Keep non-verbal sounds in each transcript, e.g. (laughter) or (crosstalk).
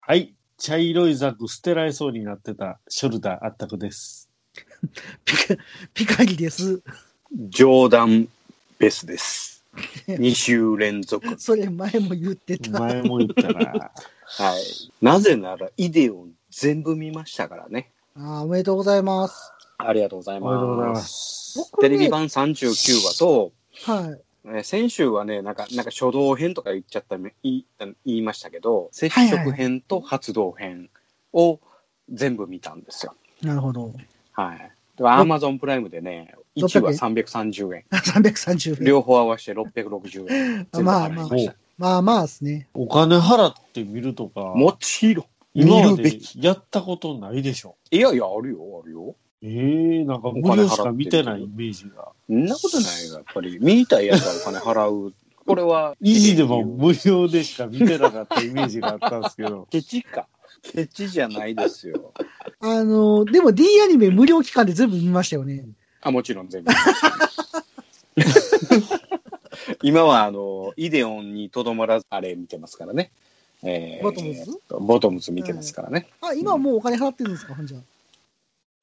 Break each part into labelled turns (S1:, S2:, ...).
S1: はい。茶色いザク捨てられそうになってたショルダーあったくです。
S2: ピカ、ピカリです。 (laughs)
S3: ジョーダン・ベス (laughs) です。2週連続。
S2: それ前も言ってた。
S1: 前も言ったな。
S3: はい。なぜなら、イデオン全部見ましたからね。
S2: あーおめでとうございます。
S3: ありがとうござい
S1: (laughs) おめでとうございま
S3: ます。
S1: す。
S2: 僕
S3: テ
S2: ね
S3: レビ版39話と、
S2: はい。
S3: えー先週はね、なんか、なんか初動編とか言っちゃっため、言い言いましたけど、接触編と発動編を全部見たんですよ。
S2: なるほど。 (laughs)
S3: はい。アマゾンプライムでね、1話330円、
S2: 330円。
S3: 両方合わせて660円。全部
S2: まあ
S3: 払い
S2: まあ
S3: ました。
S2: まあまあですね。
S1: お金払って見るとか、
S3: もちろん。
S1: 今ま
S3: 見るべ
S1: でやったことないでしょ。
S3: いやいや、あるよ、あるよ。
S1: ええなんか無料しか見てないイメージが。
S3: そんなことないよ、やっぱり。見たいやつはお金払う。これは、。
S1: 維持でも無料でしか見てなかったイメージがあったんですけど (laughs)
S3: ケチか。ケチじゃないですよ。
S2: あのーでも D アニメ無料期間で全部見ましたよね。
S3: あ、もちろん全部。今は、あの、イデオンにとどまらず、あれ見てますからね。えー
S2: ボトムズ
S3: ボトムズ見てますからね。
S2: あ、今もうお金払ってるんですか、ほんじゃ。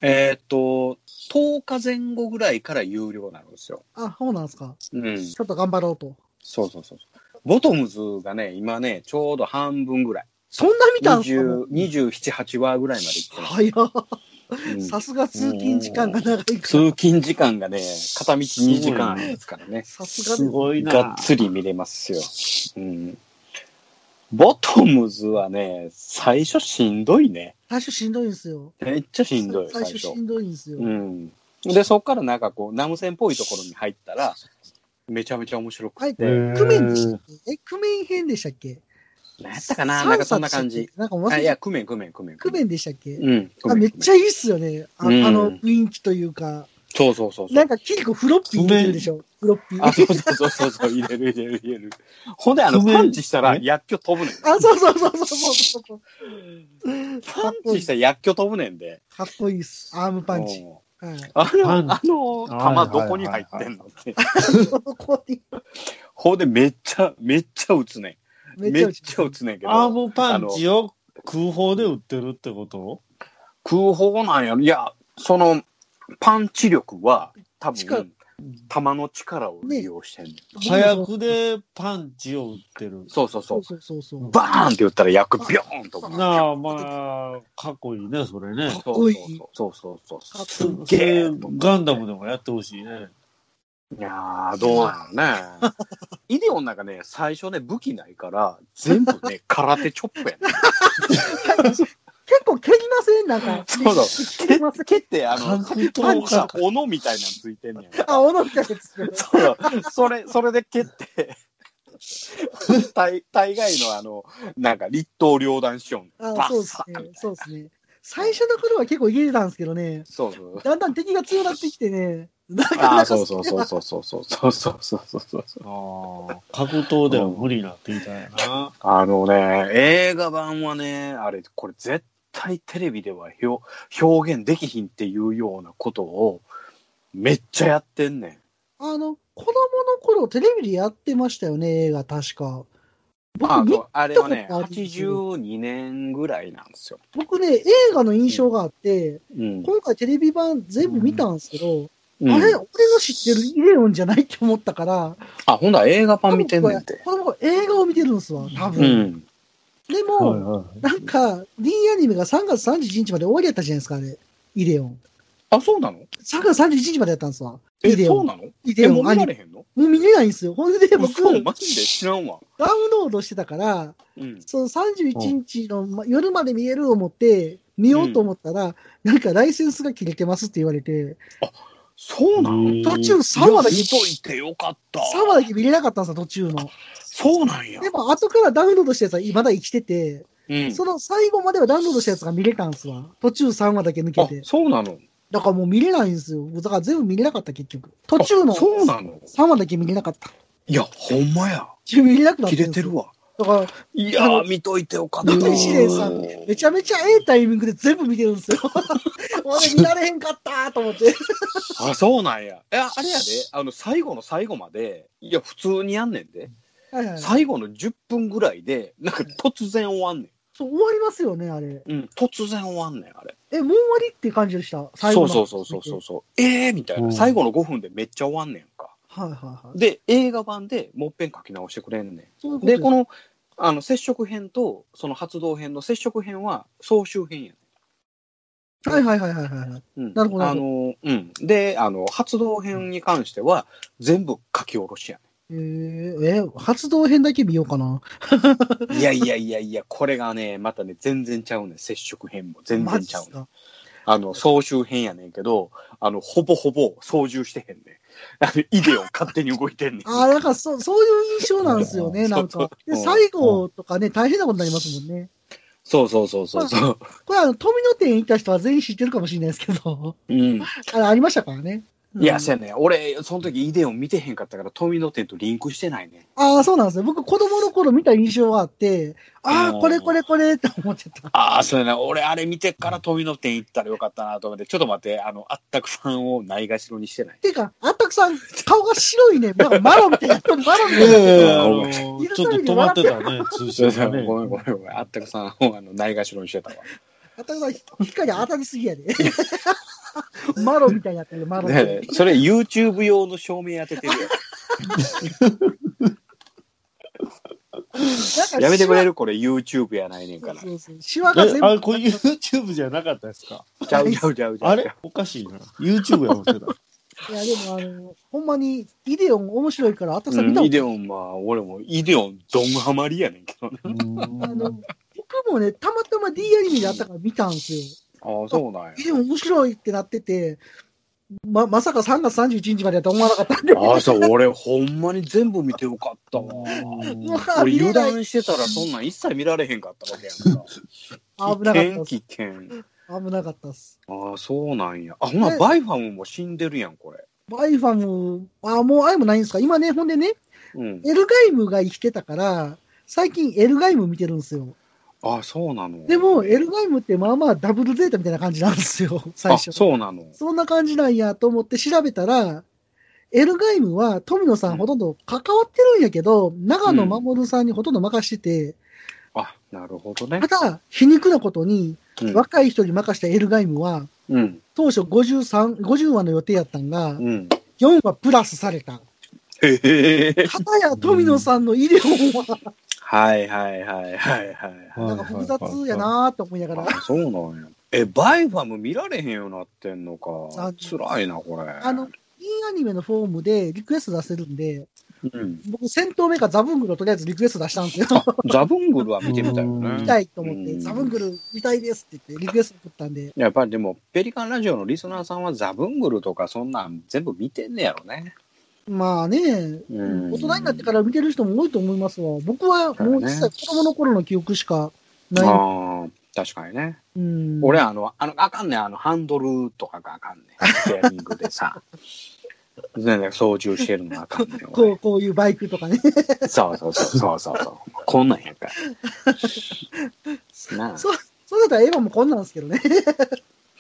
S3: えーっと、10日前後ぐらいから有料なんですよ。
S2: あ、そうなんですか。
S3: うん。
S2: ちょっと頑張ろうと。
S3: そうそうそう。ボトムズがね、今ね、ちょうど半分ぐらい。
S2: そんな見たんすかも
S3: 20 27、8話ぐらいまで行ってます。
S2: 早っ
S3: うん
S2: さすが通勤時間が長いから。
S3: 通勤時間がね、片道2時間ですからね。
S2: さすが
S1: す
S2: です。
S1: ごいな。
S3: がっつり見れますよ。うん。ボトムズはね、最初しんどいね。
S2: 最初しんどいんですよ。
S3: めっちゃしんどい、
S2: 最
S3: 最
S2: 初し
S3: 初。
S2: んどいんですよ。
S3: うん。で、そこからなんかこう、ナムセンっぽいところに入ったら、めちゃめちゃ面白く
S2: あれ、
S3: て。
S1: へー
S2: クメンでしたっけえ、クメン編でしたっけ
S3: 何やったかななんかそんな感じ。。
S2: なんか忘
S3: あ
S2: れ
S3: い
S2: て
S3: や、クメン、クメン、クメン。
S2: クメンでしたっけ、
S3: うん。
S2: あめっち
S3: ゃ。
S2: ゃいいっすよね。あ,、
S3: うん
S2: あの雰囲気というか。
S3: そうそうそうそう。
S2: なんかキリコフロッピーって言うでしょ。フロッピー。
S3: あ、
S2: あ、 (laughs)
S3: そうそうそうそう、入れる入れる入れる。ほんで、あの、
S1: クメン
S3: パンチしたら
S1: え
S3: 薬莢飛ぶねん。
S2: そうそうそうそうそうそう。
S3: パンチしたら薬莢飛ぶねんで。
S2: かっこいいっす。アームパンチ。
S3: うん
S2: はい。 (laughs)
S3: あ
S1: パ
S3: の、
S1: ン
S3: あの、
S1: はい
S3: 弾どこに入ってんのって。
S2: そこに
S3: ほんで、めっちゃ、めっちゃ打つね
S2: めっち
S3: ん。め
S2: ゃ
S3: っ
S2: 打ち
S3: ちゃ打つねんけ
S1: アー
S3: ど。
S1: ムパンチを空砲で撃ってるってこと
S3: 空砲なんや。いや、その、パンチ力は、多
S2: 力
S3: 分、弾の力を利用してんねん。
S1: 早くでパンチを打ってる。
S3: そうそう
S2: そ
S3: そ
S2: う。そ
S3: う
S2: うそうそう。
S3: バーンって打ったら薬ビョーンと。
S1: なあ、まあ、かっこいいね、それね。
S2: っこいい
S3: そうそうそう
S2: か
S3: そう
S2: っ
S3: そ
S2: こ
S3: う。
S2: いい
S3: すっげえ。
S1: ガンダムでもやってほしいね。
S3: いやー、どうなのね。イデオンなんかね、最初ね、武器ないから、全部ね、空手チョップやね。
S2: 結構蹴りませんなんか。
S3: そうそう。 (laughs) 蹴って、蹴って、あの、
S1: 格
S3: パン
S1: 闘
S3: チ
S1: 家。
S3: の斧みたいなのついてんねん。
S2: あ、おのみたいなやつです
S3: そうそうそれ、それで蹴 (laughs) って、大大概のあの、なんか、立東両断しよん。
S2: あ、そうですね。そうですね。最初の頃は結構いけてたんですけどね。
S3: そうそう。
S2: だんだん敵が強くなってきてね。なかな
S3: あ
S2: か
S3: あ、そうそうそうそうそうそうそうそうそうそうそう。
S1: ああ、格闘では無理なっていたんやな。
S3: あのね、映画版はね、あれ、これ絶対テレビでは表表現できひんっていうようなことをめっちゃやってんねん。
S2: あの、子供の頃テレビでやってましたよね、映画確か。僕
S3: あ
S2: み
S3: そうあれは
S2: 見
S3: ね、
S2: たことあるんですよ
S3: 82年ぐらいなんですよ。
S2: 僕ね、映画の印象があって、
S3: うん。
S2: 今回テレビ版全部見たんですけど、
S3: うん
S2: あれ、俺が知ってるイレオンじゃないって思ったから、
S3: あ、ほんなら映画版見てんねんって。
S2: 子供の頃映画を見てるんですわ、多
S3: う
S2: 分。
S3: ん。
S2: でも、
S1: はいは
S2: なんか、D アニメが3月31日まで終わりやったじゃないですか、あれ。イレオン。
S3: あ、そうなの
S2: 3月31日までやったんですわ。イ
S3: え、
S2: デ
S3: そ
S2: オ
S3: う
S2: ン。
S3: なの
S2: イ
S3: え、
S2: デ
S3: も
S2: オ
S3: う
S2: ンアニ
S3: 見ら
S2: メ。
S3: れへんの
S2: もう見れないんですよ。ほんで、僕、
S3: 嘘、マジで知らんわ。
S2: ダウンロードしてたから、
S3: うん。
S2: その31日のま夜まで見える思って、見ようと思ったら、なんかライセンスが切れてますって言われて、
S3: そうなの
S1: い。
S2: 途中3話
S3: いや
S2: だけ、
S3: 見といてよかった。
S2: 3話だけ見れなかったんですよ、途中の。
S3: そうなんや。
S2: でも、後からダウンロードしたやつはまだ生きてて、
S3: うん。
S2: その最後まではダウンロードしたやつが見れたんですわ。途中3話だけ抜け
S3: あ
S2: て、。
S3: そうなの。
S2: だからもう見れないんですよ。だから全部見れなかった、結局。途中の
S3: あそう
S2: 3
S3: なの。
S2: 話だけ見れなかった。
S3: いや、ほんまや。
S2: 途中見れなくなっ
S3: 切
S2: て
S3: れ
S2: んで
S3: て
S2: すよ
S3: るわ。
S2: だから、
S3: い
S2: あ
S3: や
S2: の
S3: ー、見といてよかった。
S2: 見といてさんめちゃめちゃええタイミングで全部見てるん
S3: (laughs)
S2: ですよ。 (laughs) 俺見られへんかったーと思って。
S3: あ、そうなんや。いや、あれやで、あの、最後の最後まで、いや、普通にやんねんで。
S2: はいはい
S3: 最後の10分ぐらいで、なんか突然終わんねん。
S2: そう終わりますよね、あれ。
S3: うん、突然終わんねん、あれ。
S2: え、もう終わりって感じでした。最
S3: そ
S2: 後
S3: う
S2: の
S3: そうそうそうそうそう。えーみたい
S1: うん
S3: な。最後の5分でめっちゃ終わんねんか。
S2: はいはいはい。
S3: で、映画版でもう一遍書き直してくれんね
S2: そういうこ
S3: ん。
S2: と
S3: で、
S2: す
S3: この、あの、接触編と、その発動編の接触編は総集編やね
S2: はいはいはいはいはいはい。
S3: うん。
S2: なるほど
S3: あの、うん。で、あの、発動編に関しては、全部書き下ろしや
S2: えー、えー発動編だけ見ようかな。 (laughs)
S3: ねん。いやいやいやいや、これがね、またね、全然ちゃうねん。接触編も全
S2: マ
S3: 然
S2: ジ
S3: ちゃ
S2: っ
S3: う
S2: す
S3: ねん。
S2: か
S3: あの、総集編やねんけど、あの、ほぼほぼ操縦してへんねん。あの、イデオン勝手に動いてんねん。
S2: ああ、なんかそう、そういう印象なんですよね、
S3: うん
S2: なん
S3: そう
S2: か。
S3: そう
S2: で、最後とかね、大変なことになりますもんね。
S3: そうそうそうそうそう。
S2: これ、あの、富野店行った人は全員知ってるかもしれないですけど、 (laughs)
S3: うん。
S2: あれありましたからね。うん
S3: いや、そうやねん。俺、その時イデオン見てへんかったから、富野店とリンクしてないね。
S2: ああ、そうなんですよ。僕、子供の頃見た印象があって、あ
S3: う
S2: あ、
S3: ん
S2: これこれこれって思っちゃった。
S3: ああ、そうやな。俺、あれ見てから富野店行ったらよかったなと思って、ちょっと待って、あの、あったくさんをないがしろにしてない。
S2: ていうか、あったくさん、顔が白いね。なんかマロみたいな、本当にマロみたいになってる。
S3: え
S1: あの
S3: いや
S1: ちょっと止まってたね、通信がね。
S3: (laughs) ごめんごめんごめん。あったくさんをあのないがしろにして (laughs) たわ。
S2: あったくさん、光当たりすぎやで。 (laughs) マロみたいになってる、マロみたいに。
S3: ねえそれ YouTube 用の照明当ててるよ。
S2: なんか
S3: (laughs) やめてくれるこれ YouTube やないね
S2: シ
S3: ん
S2: ワ
S3: か
S2: そ
S3: ら。
S2: うそうそうシワが
S1: え
S2: 全
S1: あ
S2: 部
S1: れ、これ YouTube じゃなかったですか
S3: (laughs) ちゃうちゃうちゃうちゃう。
S1: あれおかしいな。YouTube や思
S3: (laughs)
S1: ってた。
S2: いや、でもあの、ほんまに、イデオン面白いから、あたく
S3: う
S2: さん見たも
S3: ん、
S2: ん
S3: イデオンまあ、俺もイデオンどんハマりやねんけどね。
S1: う
S2: あの、
S1: ーん
S2: 僕もね、たまたま D アニメであったから見たんですよ。
S3: ああ、そうなんや。
S2: イデオン面白いってなってて、ま、まさか3月31日までやとは思わなかったんで、
S3: ああ、そう、俺ほんまに全部見てよかったわ。
S2: (laughs) もう
S3: 俺
S2: 見れ
S3: 油
S2: ない。
S3: 断してたらそんなん一切見られへんかったわけやんか。
S2: (laughs) 危なかったっす。
S3: 危険危険。
S2: 危なかったっす。
S3: ああ、そうなんや。あ、ほな、
S2: ね
S3: バイファムも死んでるやん、これ。
S2: バイファム、あ、もうあれもないんですか今ね、ほんでね、
S3: うん。
S2: エルガイムが生きてたから、最近エルガイム見てるんですよ。
S3: ああ、そうなの。
S2: でも、エルガイムってまあまあダブルゼータみたいな感じなんですよ、最
S3: あ、
S2: 初。
S3: そうなの。
S2: そんな感じなんやと思って調べたら、エルガイムは富野さんほとんど関わってるんやけど、長野守さんにほとんど任してて、
S3: あ、なるほどね
S2: た。だ、皮肉なことに、
S3: うん
S2: 若い人に任したエルガイムは、
S3: うん。
S2: 当初53、50話の予定やったんが、
S3: うん。
S2: 4話プラスされた。
S3: へえ。
S2: かたや富野さんの医療は、
S3: はいはいはいはいはい。
S2: なんか複雑やなーと思いながら、
S3: あ、そうなんや。え、バイファム見られへんようになってんの
S2: あ
S3: か。辛いな、これ。
S2: あの、いいアニメのフォームでリクエスト出せるんで、
S3: うん。
S2: 僕、戦闘メーカーザブングルをとりあえずリクエスト出したんですよ。
S3: ザブングルは見てみたいよ
S1: うん
S3: ね。
S2: 見たいと思っ
S3: う
S2: て、
S3: ん
S2: ザブングル見たいですって言って、リクエスト送ったんで、
S3: やっぱりでも、ペリカンラジオのリスナーさんはザブングルとかそんなん全部見てんねやろね。
S2: まあね、
S3: うん
S2: 大人になってから見てる人も多いと思いますわ。僕はもう実際子供の頃の記憶しかない。
S3: ああ、確かにね。
S2: うん、
S3: 俺、あの、あの、あかんねん、あの、ハンドルとかがあかんねん。 (laughs) ステアリングでさ。全然操縦してるのあかんねん。
S2: こ
S3: 俺
S2: う、こういうバイクとかね。
S3: (laughs) そうそうそうそうそうそう。こんなんやから。 (laughs) なあ。
S2: そう、そうだったらエヴァもこんなんですけどね。 (laughs)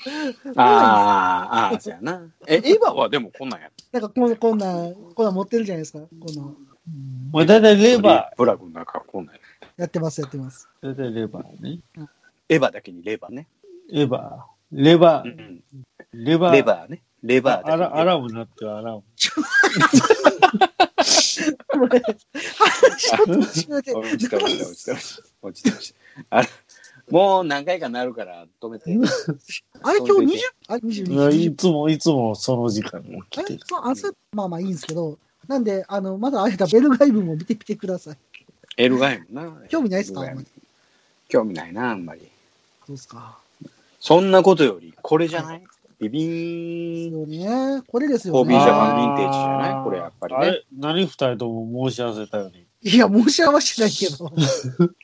S3: あーあー、そうやな。え、エヴァはでもこんなんやっ
S2: なんかこんこんな、こんなん持ってるじゃないですか。こんなん。
S1: まあ、だいたい
S3: た。
S1: レバ
S3: ブラグの中はこんなんや。
S2: やってます、やってます。
S1: ー。だいたいレバーね。
S3: エヴァだけにレバーね。
S1: レバー。レバ
S3: う
S1: ー。
S3: ん
S1: レ
S3: う
S1: バ
S3: ん。
S1: ー。
S3: レバーね。レバーだ
S1: あ
S3: けにレ
S1: ら
S3: バー
S1: アラームなってるアラーム。
S2: これ話の途中で。
S3: 落ちた落ちた落ちた落ちた落ちた落
S2: (laughs)
S3: ちたあらもう何回かなるから止めて。
S2: あれ今日20、あれ
S1: いや
S2: 22
S1: いつもいつもその時間に
S2: あ
S1: 来
S2: れ
S1: てる。
S2: そう、あ、そう、まあまあいいんですけど、なんで、あの、まだあれだ、ベルガイブも見てみてください。
S3: エルガイムな。
S2: 興味ないっすか
S3: エル
S2: あ
S3: ガイム
S2: んま
S3: 興味ないな、あんまり。
S2: そうですか。
S3: そんなことより、これじゃないビビ
S2: で
S3: ーン。
S2: すよね。これですよね。
S3: ホビージャパンヴィンテージじゃない
S1: あー
S3: これやっぱりね
S1: あれ何二人とも申し合わせたように。
S2: いや、申し合わせないけど。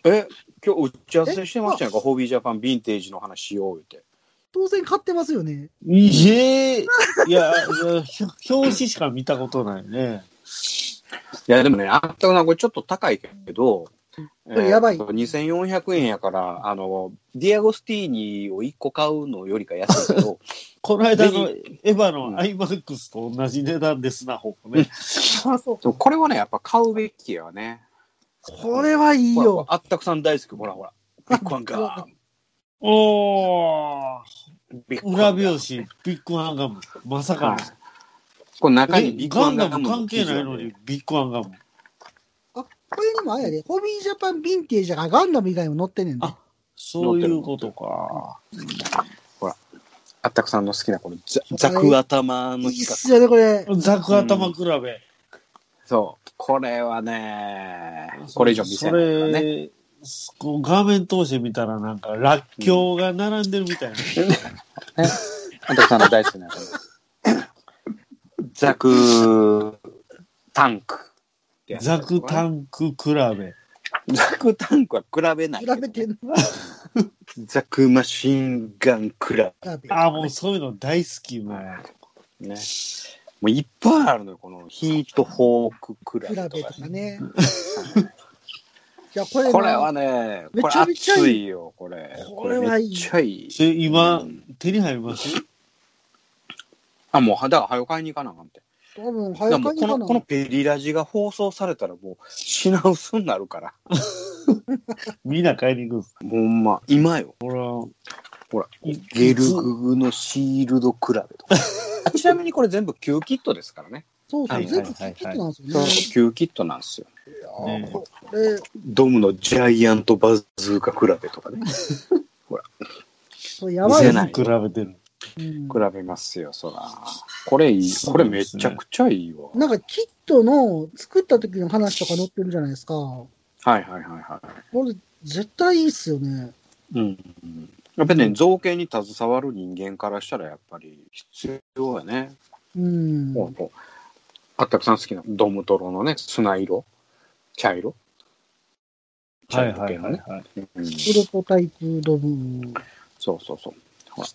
S3: え、今日打ち合わせしてましたやんか、ホビージャパンヴィンテージの話しようって。
S2: 当然買ってますよね。
S1: いえいや、いや、ひょ表紙しか見たことないね。
S3: いや、でもね、あったくな、これちょっと高いけど、こ
S2: れやばい
S3: 2400円やから、あの、ディアゴスティーニを1個買うのよりか安い
S2: (laughs)
S3: けど、
S1: この間の
S3: ぜ
S1: エヴァの iMAX と同じ値段ですな、ほぼね。
S2: あ、そう
S3: でもこれはね、やっぱ買うべきやね。
S2: これはいい
S3: ほらほら
S2: よ。
S3: あったくさん大好き、ほらほら。ビッグワンガ
S1: おー
S3: ム。ビッグ
S1: 裏
S3: ワン
S1: 表
S3: ガム。
S1: 紙、ビッグワンガム。まさかの。
S3: これ中に
S1: え
S3: ビッグ
S1: ガ
S3: ワ
S1: ン
S3: ン
S1: ダ
S3: ガ
S1: ム
S3: ム
S1: 関係ないの
S3: 記事がね
S1: に、ビッグワンガム。
S2: これでもあれやで、ホビージャパンヴィンテージがガンダム以外も載ってんねんで。
S1: あそういうことか。
S3: あったくさんの好きなこのザザク頭
S2: い
S3: の
S2: い
S3: 比
S2: っ
S3: 較。
S2: すよね、これ。
S1: ザク頭比べ。
S3: そう。これはね、これ以上見せ
S1: そ
S3: ないからね。
S1: れこう画面通して見たらなんか、らっきょうが並んでるみたいな。
S3: あったくさんの大好きなこの。ザクタンク。
S1: ザクタンク比べ。
S3: ク。ザクタンクは比べないけど。
S2: 比べてんの
S3: ザクマシンガンクラ
S2: 比べ
S1: ああ、もうそういうの大好きな。
S3: ブね。もういっぱいあるのよ、このヒートホーククラ
S2: 比
S3: ブ
S2: べ
S3: と
S2: と
S3: か
S2: か
S3: ね。
S2: ね。いや、これ
S3: これは
S2: ね、
S3: ね、
S2: め
S3: これ
S2: ちゃめちゃいい
S3: 熱いよ、これ。
S2: これはいい
S3: めっちゃいい。
S1: それ今
S3: うん、
S1: 手に入ります
S3: あ、もう、だから早く買いに行かなあかんって。
S2: 多分
S3: だから
S2: 早
S3: もう
S2: くに
S3: こ
S2: か
S3: の、この
S2: な。
S3: ペリラジが放送されたらもう品薄になるから。
S1: みんな買いに行くんです。
S3: ほんま、今よ。
S1: ほら、ほ
S3: ら、ゲルググのシールドクラブとか。 (laughs) あちなみにこれ全部旧キットですからね。
S2: そう
S1: は
S2: そう、
S1: い
S2: 全部キットなんです
S3: そう
S2: よね。
S3: 旧キットなんですよ。
S1: ね
S2: あーこれ、
S3: ドムのジャイアントバズーカクラブとかね。
S2: これやばいで
S3: 見せな
S2: す
S3: い
S1: 比べてる。
S2: うん
S3: 比べますよ、そら。これいい。これめちゃくちゃいいわ。
S2: なんか、キットの作った時の話とか載ってるじゃないですか。こ
S3: はいはいはいは
S2: れ、絶対いいっすよね。
S3: い。うん。やっぱりね、造形に携わる人間からしたらやっぱり必要やね。
S2: うん。
S3: もうこうあったくさん好きなドムトロのね、砂色、茶色。
S1: はいはいはい
S3: ね。
S1: はい。
S3: うん、
S2: プロトタイプドブ。
S3: そうそうそう。ほら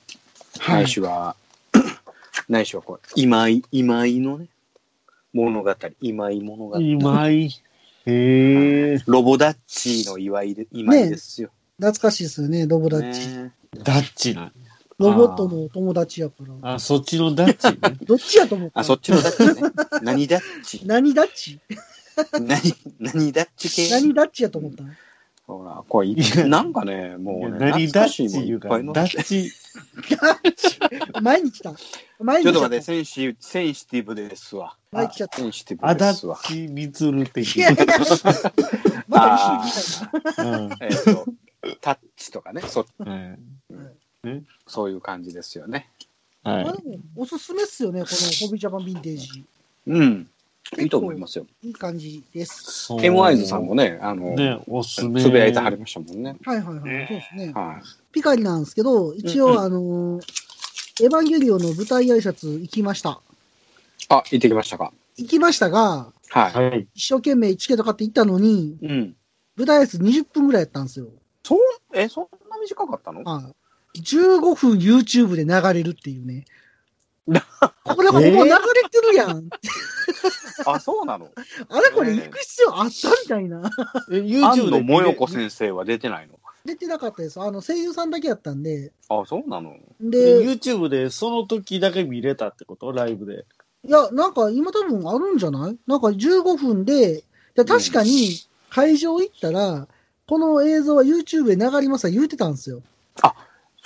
S2: はい
S3: ないしは、 (coughs) ないしはこれ、今井、今井のね、物語、今井物語。
S1: 今井。へえ。
S3: ロボダッチの岩井で今井ですよ。
S2: 懐かしいですよね、ロボダッチ。
S3: ね
S1: ダッチな。
S2: ロボットの友達やから。
S1: あ、そっちのダッチね。
S2: どっちやと思った
S3: あ、そっちのダッ (laughs) チね。何ダッチ
S2: 何ダッチ
S3: 何、何ダッチ系
S2: 何ダッチやと思った
S3: ほら、これい
S1: いや、
S3: なんか
S1: い
S3: ね、も
S1: や
S3: うね、
S1: 何
S3: 懐
S1: ダ
S3: かし
S1: ッチい
S3: いも
S1: うん
S3: いっ
S1: か
S3: ぱい、の
S1: ダッチ。
S2: 前に来た。前
S3: ち
S2: に
S3: ょ
S2: 来
S3: っ
S2: た
S3: と待って、。センシセンシティブですわ。
S2: 前に来ちゃった。
S3: センシティ
S1: あ
S3: ブで
S1: だっ
S3: すわ。
S1: ちみつる的
S2: いやい
S1: な。
S2: やまた一緒に来たよ。
S1: うん
S3: えっと、タッチとかね、そ
S1: はい
S3: そういう感じですよね。
S1: はい
S2: まあでもおすすめっすよね、このホビージャパンヴィンテージ。
S3: うん。いいと思いますよ。
S2: いい感じです。
S1: そう
S3: M ワイズさんもね、あの、
S1: ね、おすすめ。
S3: つぶやいてはりましたもんね。
S2: はいはいはい。
S1: ね
S2: そうですね。
S3: は
S2: ピカリなんですけど、一
S3: う
S2: 応、
S3: んうん
S2: あのー、エヴァンゲリオンの舞台挨拶行きました。
S3: い。あ、行ってきましたか。
S2: 行きましたが、
S3: は
S1: はい。
S2: 一生懸命チケット買って行ったのに、
S3: い。うん。
S2: 舞台挨拶20分ぐらいやったんですよ。
S3: そん、え、そんな短かったの
S2: はい。15分 YouTube で流れるっていう
S3: (laughs)
S2: ね。これほぼ流れてるやん。
S3: あ、そうなの
S2: あれこれ行く必要あったみたいな。
S1: え、
S3: 安
S1: YouTube
S3: 野
S1: で。
S3: もよこ先生は出てないの
S2: 出てなかったです。あの、声優さんだけやったんで。
S3: あ、そうなの
S1: え
S2: で、い
S1: YouTube でその時だけ見れたってことライブで。
S2: や、なんか今多分あるんじゃないなんか15分で、いや確かに会場行ったら、この映像は YouTube で流れますって言ってたんですよ。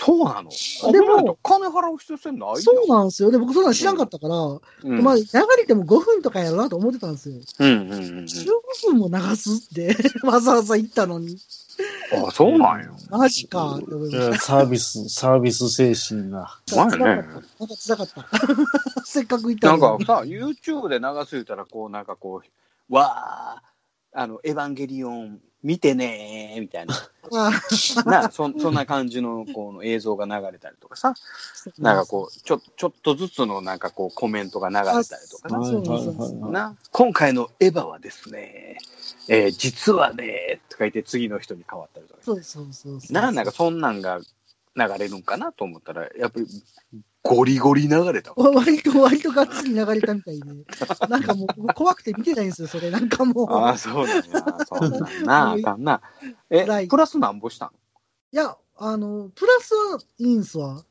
S3: そうなの
S2: で
S3: で
S2: も
S3: も、金払う必要性ないや
S2: そうなんですよ。で、僕そんなの知らんかったから、
S3: うん
S2: まあ流れても5分とかやろうなと思ってたんですよ。
S3: うんうんうん
S2: 15分も流すって、 (laughs) わざわざ行ったのに。
S3: うん。あ、そうなんや。
S2: マジかって思いました。
S1: うんサービス、サービス精神が。
S3: お前ね
S2: なんか辛かった。せっかく行った (laughs)
S3: な
S2: の
S3: ん
S2: に。
S3: かさ、YouTube で流す言うたら、こう、なんかこう、わー、あの、エヴァンゲリオン、見てねー、み (laughs) たいな。
S2: まあ
S3: なそんそんな感じのこの映像が流れたりとかさ、なんかこう、ちょちょっとずつのなんかこう、コメントが流れたりとか
S2: あ
S3: な。
S2: そうそうそう
S1: はいはいはい
S3: な今回のエヴァはですね、えー実はね、とか言って次の人に変わったりとか。
S2: そうそうそうそう。
S3: ななんかそんなんが流れるんかなと思ったら、やっぱりゴリゴリ流れたわ。
S2: 割と、割とがっつり流れたみたいで。なんかもう、怖くて見てないんですよ、それ。なんかも
S3: あ
S2: う。
S3: あ、そうなんや。そうなんな。 (laughs) あかんな。
S2: 辛
S3: え、
S2: い
S3: プラスなんぼしたん
S2: いや、あの、プラスはいいんすわ。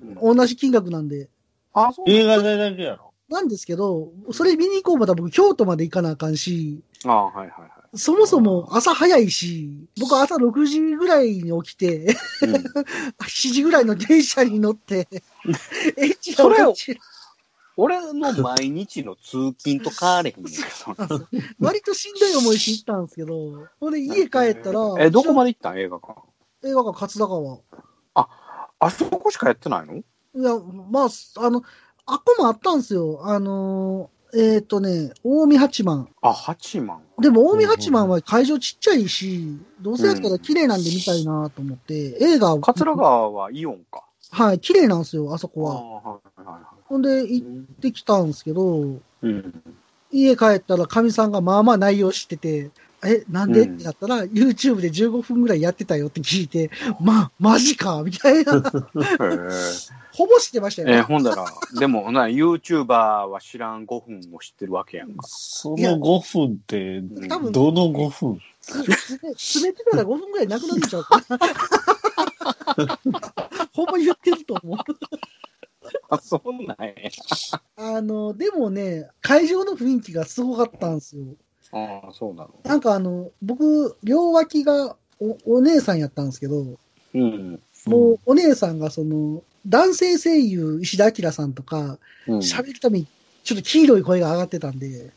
S3: うん
S2: 同じ金額なんで。
S3: あ、そうなん
S1: 映画代だけやろ。
S2: なんですけど、それ見に行こうまた僕、京都まで行かなあかんし、
S3: あはいはいはい。
S2: そもそも朝早いし、僕は朝6時ぐらいに起きて、 (laughs)
S3: うん
S2: 7時ぐらいの電車に乗って、
S3: (laughs)
S2: エッチ
S3: それを
S2: な
S3: (laughs) 俺の毎日の通勤と変われへんねんけ
S2: 割としんどい思いして行ったんですけど、ほんで
S3: ど。
S2: 家帰ったら、
S3: え、どこまで行ったん映画館。
S2: 映画館勝田川。
S3: あそこしかやってないの
S2: いや、まあ、あの、あっこもあったんですよ。あのーえっ、とね、近江八幡。
S3: あ、八万。
S2: でも、近江八幡は会場ちっちゃいし、どうせやったら綺麗なんで見たいなと思って、映画を。
S3: 桂川はイオンか。
S2: はい、綺麗なんですよ、あそ
S3: あ
S2: こは。
S3: はいはいは
S2: ほんで、
S3: い
S2: 行ってきたんですけど、
S3: うん。
S2: 家帰ったらかみさんがまあまあ内容知ってて、え、なんで、
S3: うん
S2: ってなったら、YouTube で15分ぐらいやってたよって聞いて、まあ、マジかみたい
S3: (laughs)
S2: な。
S3: へー
S2: ほぼ知ってましたよ。
S3: え、ほんだら、でも、な、YouTuber は知らん5分も知ってるわけやんか。
S1: その5分って、
S3: うん
S2: 多分
S1: どの5分
S2: つ詰めてたら5分ぐらいなくなっちゃう
S3: (laughs)
S2: から。ほんま言ってると思う。
S3: あ、そうなんや。
S2: あの、でもね、会場の雰囲気がすごかったんですよ。
S3: ああ、そうなの。
S2: なんかあの、僕、両脇がおお姉さんやったんですけど、
S3: うん。
S2: もうお姉さんがその、男性声優、石田明さんとか、
S3: うん。
S2: 喋るために、ちょっと黄色い声が上がってたんで、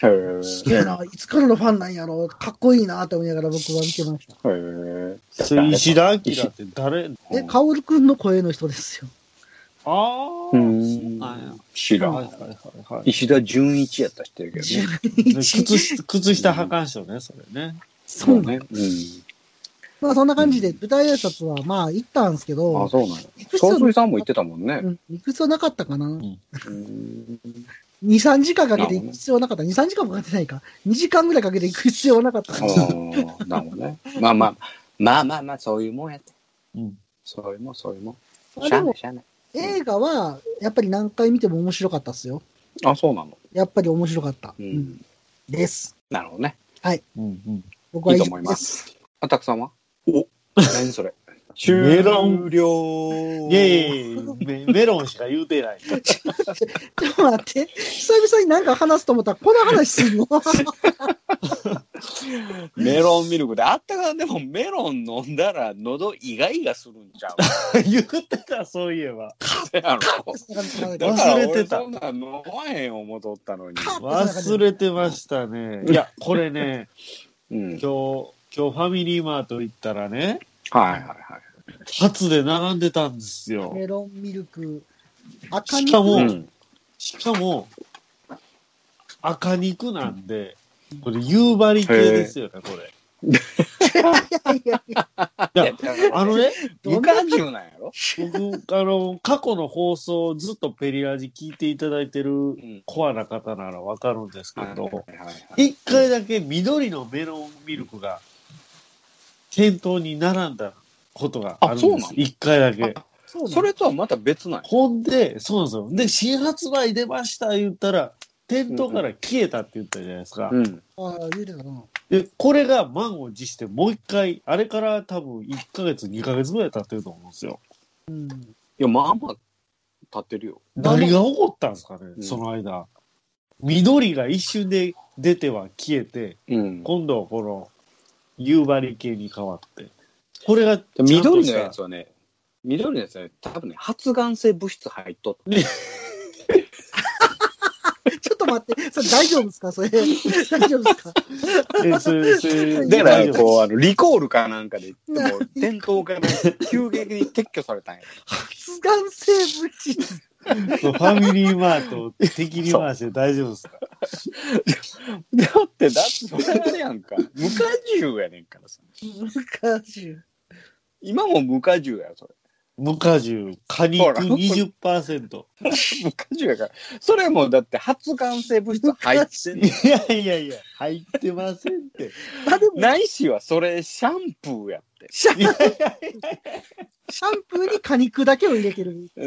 S3: へー
S2: すげえな、いつからのファンなんやろ、かっこいいなって思いながら僕は見てました。
S3: へー
S1: それ石田明って誰
S2: え、カオルくんの声の人ですよ。
S1: ああ、
S3: うん
S1: そうなんや。
S3: 知ら
S1: はい
S3: ん。
S1: はいはいはい。
S3: 石田純一やったら知ってるけどね。
S2: (laughs)
S1: 靴 (laughs)
S2: 11
S1: 下靴下破壊症ね、それね。
S2: そうね。。
S3: う
S2: まあそんな感じで、舞台挨拶はまあ行ったんですけ
S3: ん。あ、
S2: ど、
S3: そうなの。
S2: 行く必
S3: 長
S2: 要
S3: 水さんも言ってたもんね
S2: う。ん行く必要なかったかな。2、
S3: うん
S2: 3時間かけて行く必要なかった。2、3時間もかけてないか。2時間ぐらいかけて行く必要なかった
S3: あ。ーなるほどね。まあまあ、まあまあまあ、そういうもんやって。
S1: うん。
S3: そういうもん、そういうもん。
S2: あ
S3: しゃ
S2: で
S3: あな
S2: も
S3: い、しゃあない。
S2: 映画はやっぱり何回見ても面白かったっすよ。
S3: あ、そうなの。
S2: やっぱり面白かった。う
S3: う
S2: んん。です。
S3: なるほどね。
S1: うんうん。
S2: 僕
S3: い
S2: はい以
S3: と
S2: 上
S3: 思い
S2: で。
S3: ますす。あたくさんはお何それ。終
S1: メロン
S3: 了
S1: いやいやいやメロンしか言うてない。
S2: (laughs) ちょっと待って。久々になんか話すと思ったら、この話すんの
S3: (laughs)
S2: (laughs)
S3: メロンミルクであったかでもメロン飲んだら喉イガイガするんちゃう
S1: 言ってた、そういえば。
S3: せやろだから
S1: (laughs) 忘れ
S3: 俺
S1: てた
S3: そんなん飲まへん思うとったのに。
S1: 忘れてましたね。いや、これね、 (laughs)
S3: うん。は
S1: 今日、今
S3: い
S1: 日ファミリーマート行ったらね、
S3: はいはい。
S1: 初で並んでたんですよ。
S2: メロンミルク、赤
S1: し
S2: 肉
S1: かも、
S3: うん
S1: しかも、赤肉なんで、これ夕張系ですよね、これ。
S2: いやいや、
S1: いや、あのね、
S3: 無果汁なんやろ
S1: 僕、あの、過去の放送、ずっとペリラジ聞いていただいてる
S3: ん。
S1: コアな方ならわかるんですけ
S3: はいはい
S1: ど、
S3: はい
S1: 一回だけ緑のメロンミルクが、店頭に並んだことがあるん
S3: あそう
S1: で
S3: なの
S1: す。一回だけ。
S2: そうなの
S3: それとはまた別なんや。
S1: ほんで、そうなんですよ。で、新発売出ました言ったら、店頭から消えたって言ったじゃないですか。
S3: うん。
S2: ああ、言うてたな。
S1: で、これが満を持して、もう一回、あれから多分1ヶ月、2ヶ月ぐらい経ってると思うんですよ。
S2: うん。
S3: いや、まあまあ、立ってるよ。
S1: 何が起こったんですかね、
S3: うん
S1: その間。緑が一瞬で出ては消えて、
S3: うん。
S1: 今度はこの夕張系に変わって。これがちゃんとした、
S3: 緑のやつはね、緑のやつはね、多分ね、発がん性物質入っとって。
S2: ちょっと待って、それ大丈夫ですかそれ。大丈夫ですか
S1: (laughs) えそれそ
S2: (laughs)
S1: れ
S2: だから
S1: 大丈夫
S3: う、あの、リコールかなんかで、 (laughs) もう、店頭から急激に撤去されたんや。
S2: 発がん性物質。
S1: そうファミリーマートを敵に回して大丈夫ですか
S3: だって、だって、それあれやんか。無果汁やねんからさ。
S2: 難しい。
S3: 今も無果汁や、それ。
S1: 無果汁、果肉
S3: ほら
S1: 20%。
S3: 無果汁やから。それもだって発がん性物質入ってんねん
S1: いやいやいや、入ってませんって。
S2: まあでも、
S3: ないしは、それ、シャンプーやって。
S2: シャシャンプーに果肉だけを入れてる。
S3: そう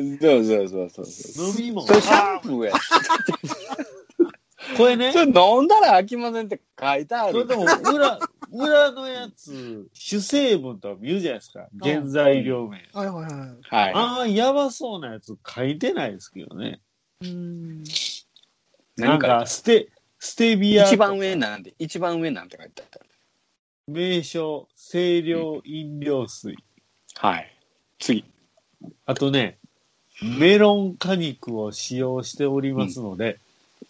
S3: そうそうそうそう。
S1: 飲み物
S3: そ。れシャンプーやって。
S1: これね
S3: そ、れ飲んだら飽きませんって書いてあ
S1: それ
S3: る
S1: で。も裏、裏のやつ、主成分とは見るじゃないですか。原材料名。
S2: はいはいは
S3: はい。
S1: ああ、やばそうなやつ書いてないですけどね。
S2: い。うん。
S1: なんか、ステ、ステビア
S3: 一、番上なんで、一番上なんて書いてあった。
S1: 名称、清涼飲料水。
S3: はい。次。
S1: あとね、メロン果肉を使用しておりますので、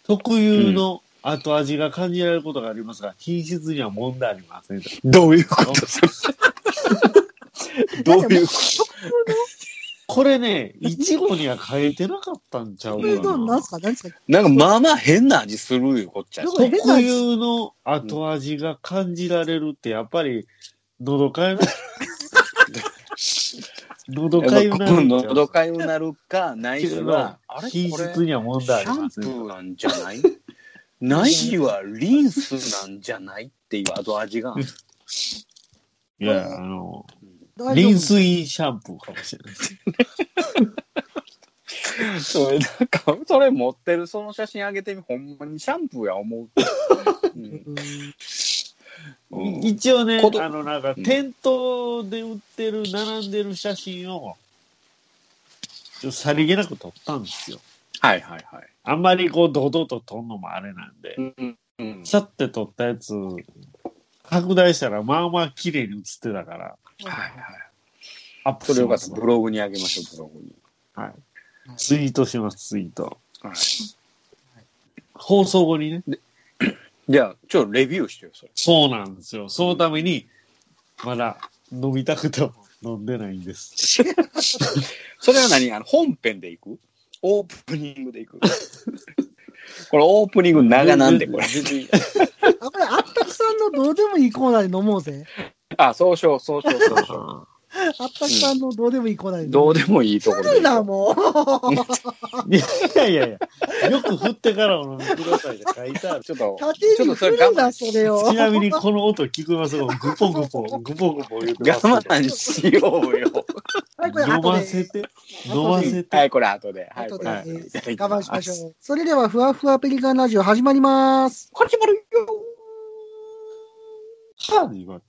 S1: 特有の後味が感じられることがありますが、品質には問題ありません。
S3: どういうことどういうこ
S1: これね、いちごには変えてなかったんちゃう
S2: こ
S1: か
S2: れどうなん
S1: な。
S2: すか何すか
S3: となんかまあまあ変な味するよ、こっちは。
S2: どこ
S1: 特有の後味が感じられるって、やっぱり、喉か
S3: (laughs)
S1: ゆな、喉かゆなるんちゃう
S3: 喉かゆなるか、ないしは、あれ
S1: 品
S3: これ
S1: 質には問題
S3: シ
S1: あ
S3: ャ
S1: り
S3: ン
S1: ま
S3: プ
S1: せん。
S3: ーなんじゃないないしはリンスなんじゃないっていう後味が。
S1: いや、あの、
S2: 大丈夫
S1: リンスインシャンプーかもしれない。
S3: それ、なんか、それ持ってる、その写真あげてみ、ほんまにシャンプーや思う。うん
S2: うん
S3: うん
S1: 一応ね、
S3: 子供
S1: あの、なんか、
S3: うん
S1: 店頭で売ってる、並んでる写真を、ちょっとさりげなく撮ったんですよ。
S3: はいはいはい。
S1: あんまりこう、堂々と撮るのもあれなんで、
S3: うんうん
S1: さって撮ったやつ、拡大したら、まあまあ綺麗に写ってたから、
S3: はいはい。
S1: アップ
S3: それ
S1: し
S3: よか
S1: ま
S3: った
S1: す
S3: らブログにあげましょう、ブログに。
S1: ツイートします、ツイート。
S3: はい
S1: 放送後にね。
S3: じゃあ、ちょっとレビューしてよ、それ。
S1: そうなんですよ。そのために、まだ飲みたくても飲んでないんです。
S3: それは何あの本編でいくオープニングでいくこれオープニング長なんで、これ。
S1: 全然いい
S2: あ、これ、あったくさんのどうでもいいコーナーで飲もうぜ。
S3: あ、そうしよう、そうしよう、そうしよ
S2: あったくさんのどうでもいいコーナーで
S3: う。
S2: 飲
S3: ど
S2: も
S3: うでもいいところ
S2: す
S3: で
S2: る。な、もう。
S1: いやいやいや、よく振ってからお飲みくださいって書いてある。
S3: ちょっと、
S2: 縦に振るんだ、それを。
S1: ちなみにこの音聞こえますが、グポグポ、グポグポ言ってま
S3: 我
S1: すけど。
S3: 慢しようよ。
S2: はい、これ、
S1: 飲
S2: 後
S1: ま
S2: で。
S1: せて、飲ませ
S3: は
S1: て。
S3: い、これ後で。はい、
S2: 後
S3: こ
S2: で、
S3: れ。
S1: はい
S2: えー
S3: いただきま
S2: 我慢
S3: す
S2: しましょう。それでは、ふわふわペリカンラジオ始まります。
S3: 始まるよ。
S1: はぁで言わんと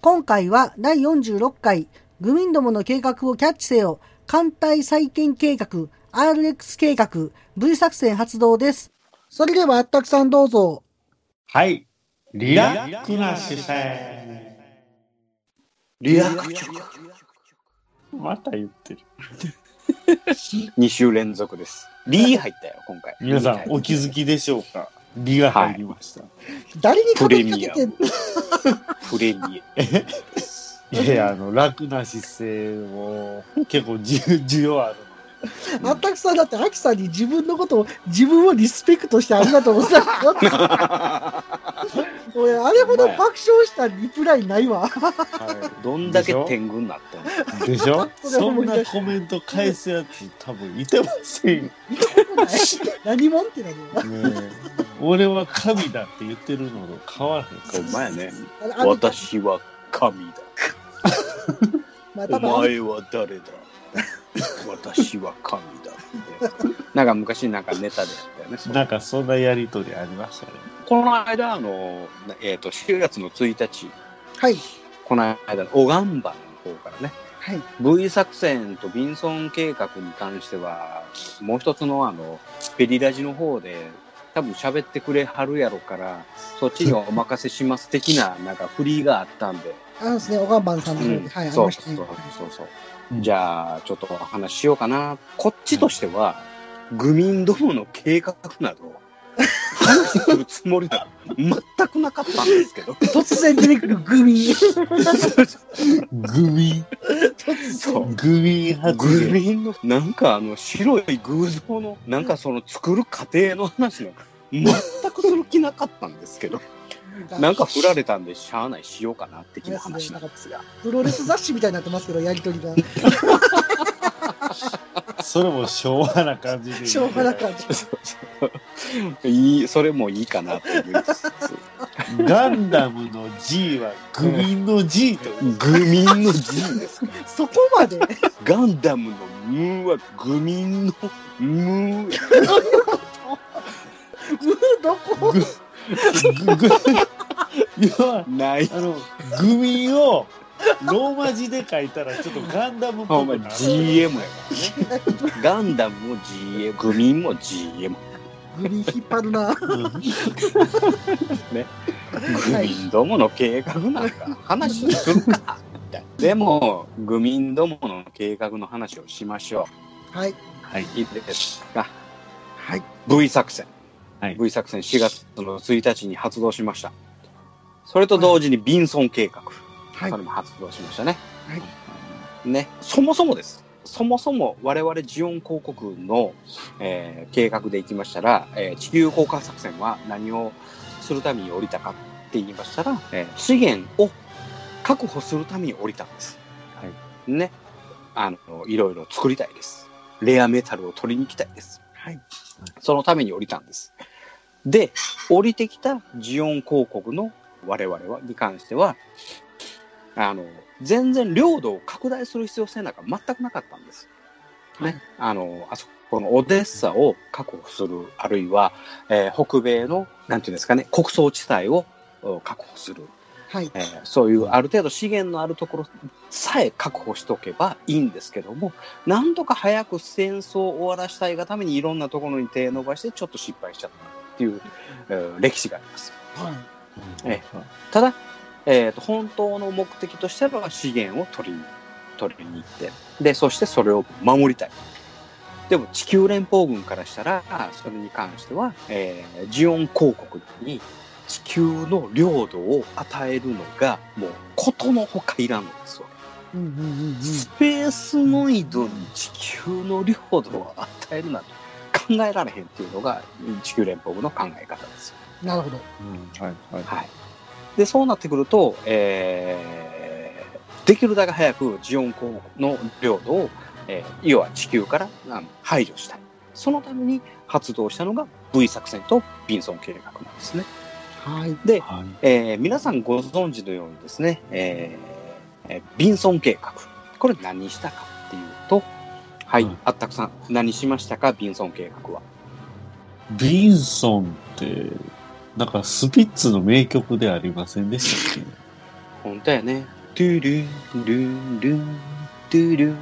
S2: 今回は第46回、グミンどもの計画をキャッチせよ、艦隊再建計画、RX 計画、V 作戦発動です。それでは、あったくさんどうぞ。
S1: はい。リラックな姿勢。
S3: リラクチョク。
S1: また言ってる。
S3: 2週連続です。リー入ったよ、今回。
S1: 皆さん、お気づきでしょうかリが入りました。
S2: 誰に語
S3: プレ
S2: り
S3: ミ
S2: か
S3: ア
S2: け
S3: ム
S2: て、。
S3: プレミ
S1: いやいや、あの、楽な姿勢を、結構じゅ、需要ある
S3: アム
S2: あったくさんだって、アキさんに自分のことを、自分をリスペクトしてありがとうござい
S3: (laughs)
S2: ます。俺、あれほど爆笑したリプライないわ。
S1: は
S3: どんだけ天狗になったの
S1: い。でしょ
S2: それ
S1: そ
S2: 思
S1: ん
S2: い出
S1: な
S2: した
S1: コメント返すやつ、多分いてませんよ。
S2: 何もんってなるよ。
S1: ねえ俺は神だって言ってるのと変わらへん
S3: ほんまやね。
S2: あれ。
S3: 私は神だ。
S2: まあ
S3: お
S2: 多分あれ
S3: 前は誰だ (laughs) 私は神だって。 (laughs) なんか昔なんかネタでやったよね。そう
S1: なんかそんなやりとりありましたね。
S3: この間、あの、えっ、と、4月の1日、
S2: はい。
S3: この間のオガンバの方からね、
S2: はい。
S3: V 作戦とビンソン計画に関しては、もう一つのあの、ペリラジの方で、多分喋ってくれはるやろから、そっちにお任せします的な、なんかフリーがあったんで、
S2: あのですね、おがんばんさんの方で、
S3: うん
S2: はい、あり
S3: そ
S2: ま
S3: う
S2: し
S3: そ
S2: た
S3: う
S2: ね
S3: そう。そう
S1: うん
S3: じゃあちょっとお話ししようかなこっちとしては、愚民どもの計画など話するつもりが全くなかったんですけど
S2: 突然出てくるグミ。
S1: グミ、
S3: そう
S1: グミ発
S3: 愚
S1: 言。
S3: 民のなんかあの白い偶像のなんかその作る過程の話なんか全くする気なかったんですけどなんか振られたんでしゃあないしようかな的な話なんですが
S2: プロレス雑誌みたいになってますけど、やりとりが。
S1: それも昭和な感じで。
S2: しょうがなかっ
S3: いいそれもいいかなという
S1: ガンダムの G はグミの G という。
S3: 愚民の G です
S2: た。そこまで。
S3: ガンダムのムーは愚民のム
S2: どういう
S3: ー
S2: ことグーどこ
S1: ググ要は
S3: ない。
S1: あの、グミをローマ字で書いたらちょっとガンダムっ
S3: お
S1: ぽ
S3: 前
S1: くなる。
S3: GM やからね。ガンダムも GM、グミンも GM。
S2: グリ引っ張るな。
S3: グミンどもの計画なんか話するかみたいなでも、グミンどもの計画の話をしましょ
S2: はい。
S1: はい。
S3: う。いいですか。
S2: はい。
S3: V 作戦。
S1: はい
S3: V 作戦4月の1日に発動しました。それと同時にビンソン計画。
S2: はい
S3: そ。れも発動しましたね。
S2: は
S3: ね、そもそもです。そもそも我々ジオン広告の、えー計画でいきましたら、えー地球交換作戦は何をするために降りたかって言いましたら、えー資源を確保するために降りたんです。
S1: は
S3: ね。あの、いろいろ作りたいです。レアメタルを取りに行きたいです。
S2: はい。
S3: そのために降りたんです。で、降りてきたジオン広告の我々は、に関しては、あの、全然領土を拡大する必要性なんか全くなかったんです。ね。あの、あそこのオデッサを確保する、あるいは、えー北米の、なんていうんですかね、国葬地帯をお確保する。
S2: はい。
S3: えーそういうある程度資源のあるところさえ確保しとけばいいんですけども、なんとか早く戦争を終わらしたいがためにいろんなところに手伸ばしてちょっと失敗しちゃったっていう、えー歴史があります。
S2: はい。
S1: え
S3: ただ、えーと本当の目的としては資源を取りに取りに行ってでそしてそれを守りたいでも地球連邦軍からしたらそれに関しては、えージオン公国に地球の領土を与えるのがもうことのほかいらんのですわ
S2: うんうんうんうん。
S3: スペースノイドに地球の領土を与えるなんて考えられへんっていうのが地球連邦軍の考え方です
S2: なるほど。
S1: はい。はい。
S3: はい、でそうなってくると、えーできるだけ早くジオン公の領土を、えー要は地球からあの排除したいそのために発動したのが V 作戦とビンソン計画なんですね、
S2: はい。
S3: で、
S1: はい。
S3: えー皆さんご存知のようにですね、えーえービンソン計画これ何したかっていうとはい、
S1: うん
S3: あったくさん何しましたかビンソン計画は
S1: ビンソンって、なんかスピッツの名曲でありませんでしたっ
S3: 本当やね。ドゥルン、ルン、ルン、ドゥルン、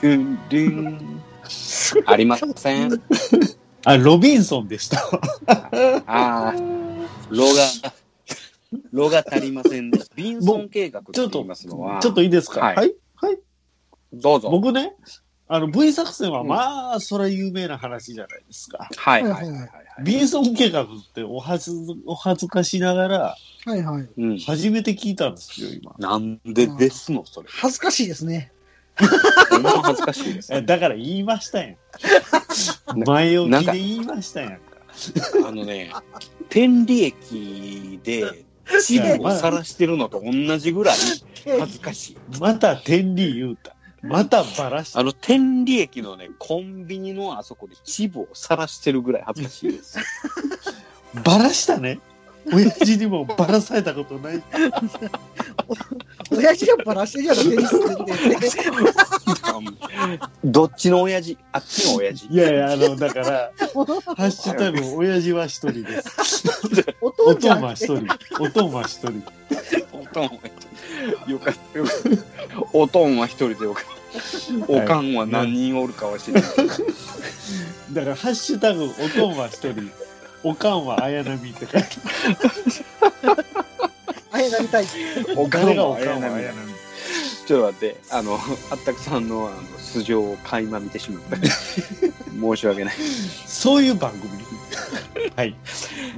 S3: ルン、ルン。ありません。
S1: け (laughs) あ、ロビンソンでした。
S3: ああ、ロが、ロが足りませんでした。ビンソン計画って
S1: ちょっ
S3: 言
S1: と
S3: いますのは、
S1: ちょっといいですか
S3: はい
S1: はい。はい。
S3: どうぞ。
S1: 僕ね、あの、V 作戦はまあ、そりゃ有名な話じゃないですか。
S3: はいはいはいはいはい。
S1: ビンソン計画っておはず、お恥ずかしながら、
S2: はいはい。
S3: うん。
S1: 初めて聞いたんですよ、今。
S3: なんでですの、それ。
S2: 恥ずかしいですね。
S3: ほんま恥ずかしいです。
S1: え
S3: あ
S1: だから言いました
S3: (laughs)
S1: やん。前置きで言いましたやんか。
S3: のね、天理駅で、地理を晒してるのと同じぐらい恥ずかしい。
S1: また天理言うた。またバラした
S3: あ。の、天理駅のね、コンビニのあそこでチブを晒してるぐらい恥ずかし
S1: (laughs)
S3: いです。
S1: バラした (laughs) ね。親父にもバラされたことない。
S2: 親父がバラしてるやろ、テニスって
S3: どっちの親父あっちの親父
S1: いやいや、あの、だから、 (laughs) ハッシュタグ、親父は一人です。
S2: お
S1: お
S2: 父ち
S1: と
S2: ゃ
S1: んは
S2: ん。
S1: 一人。おとんは一人。
S3: おとんはよかったよかった。おとんは一人でよかった。おかんは何人おるかは知らない。
S1: だから、ハッシュタグ、おとんは一人。おかんは綾波って書いて
S2: あやなりたい。
S3: おか
S1: 誰
S3: ん
S1: が
S3: は
S1: おかんは
S3: 綾
S1: 綾
S3: 波
S1: 波。
S3: ちょっと待って、あの、あったくさんのあの素性を垣間見てし
S1: (laughs)
S3: まった。申し訳ない。
S1: そういう番組。はい。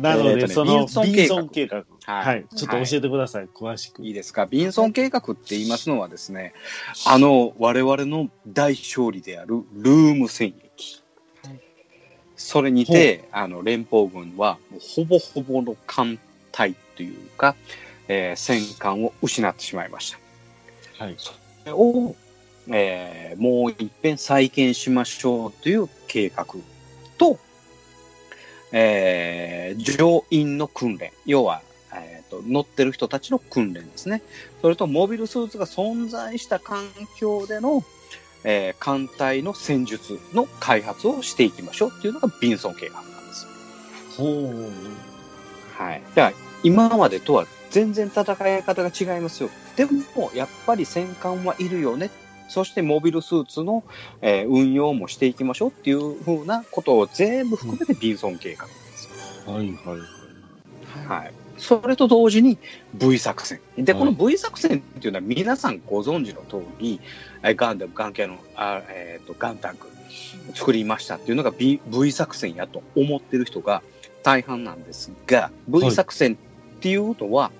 S1: なの
S3: えーと
S1: で、
S3: ね
S1: その、
S3: ビ
S1: ビ
S3: ン
S1: ン
S3: ソ
S1: ソ
S3: ン
S1: ン計
S3: 計
S1: 画。
S3: は
S1: は
S3: い
S1: い。ちょっと教えてください、詳しく。
S3: いいですか。ビンソン計画って言いますのはですね、あの、我々の大勝利であるルーム戦役。
S2: はい
S3: それにて、あの、連邦軍は、ほぼほぼの艦隊というか、えー戦艦を失ってしまいました。
S1: はい。
S3: それを、えーもう一遍再建しましょうという計画と、えー乗員の訓練、要は、えーと乗ってる人たちの訓練ですね。それとモビルスーツが存在した環境での、えー艦隊の戦術の開発をしていきましょうっていうのがビンソン計画なんです。
S1: ほう。
S3: はい。だから今までとは全然戦い方が違いますよ。でも、やっぱり戦艦はいるよね。そしてモビルスーツの、えー運用もしていきましょうっていうふうなことを全部含めてビンソン計画です。
S1: はいはいはい。
S3: はい。それと同時に V 作戦。で、
S1: はい
S3: この V 作戦っていうのは皆さんご存知の通り、えーガンダム、ガン系の、あえっ、と、ガンタンク作りましたっていうのが、B、V 作戦やと思ってる人が大半なんですが、
S1: は
S3: V
S1: い
S3: 作戦っていうのは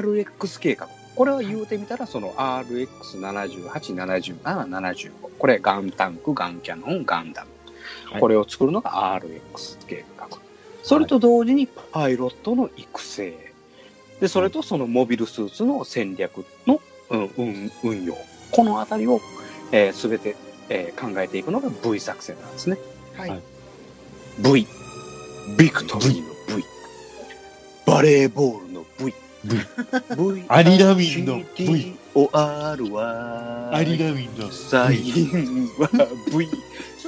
S3: RX 計画。これは言うてみたら、その RX78、77、75。これガンタンク、ガンキャノン、ガンダム。
S1: はい
S3: これを作るのが RX 計画。それと同時にパイロットの育成。で、それとそのモビルスーツの戦略の、うんうん運用。このあたりを、えー、全て、えー考えていくのが V 作戦なんですね。
S2: はい
S1: はい
S3: V。ビクトリーの V。バレーボールの V。v (laughs)
S1: アリラミンの V。
S3: OR は、
S1: アリナミンの。
S3: サインは V。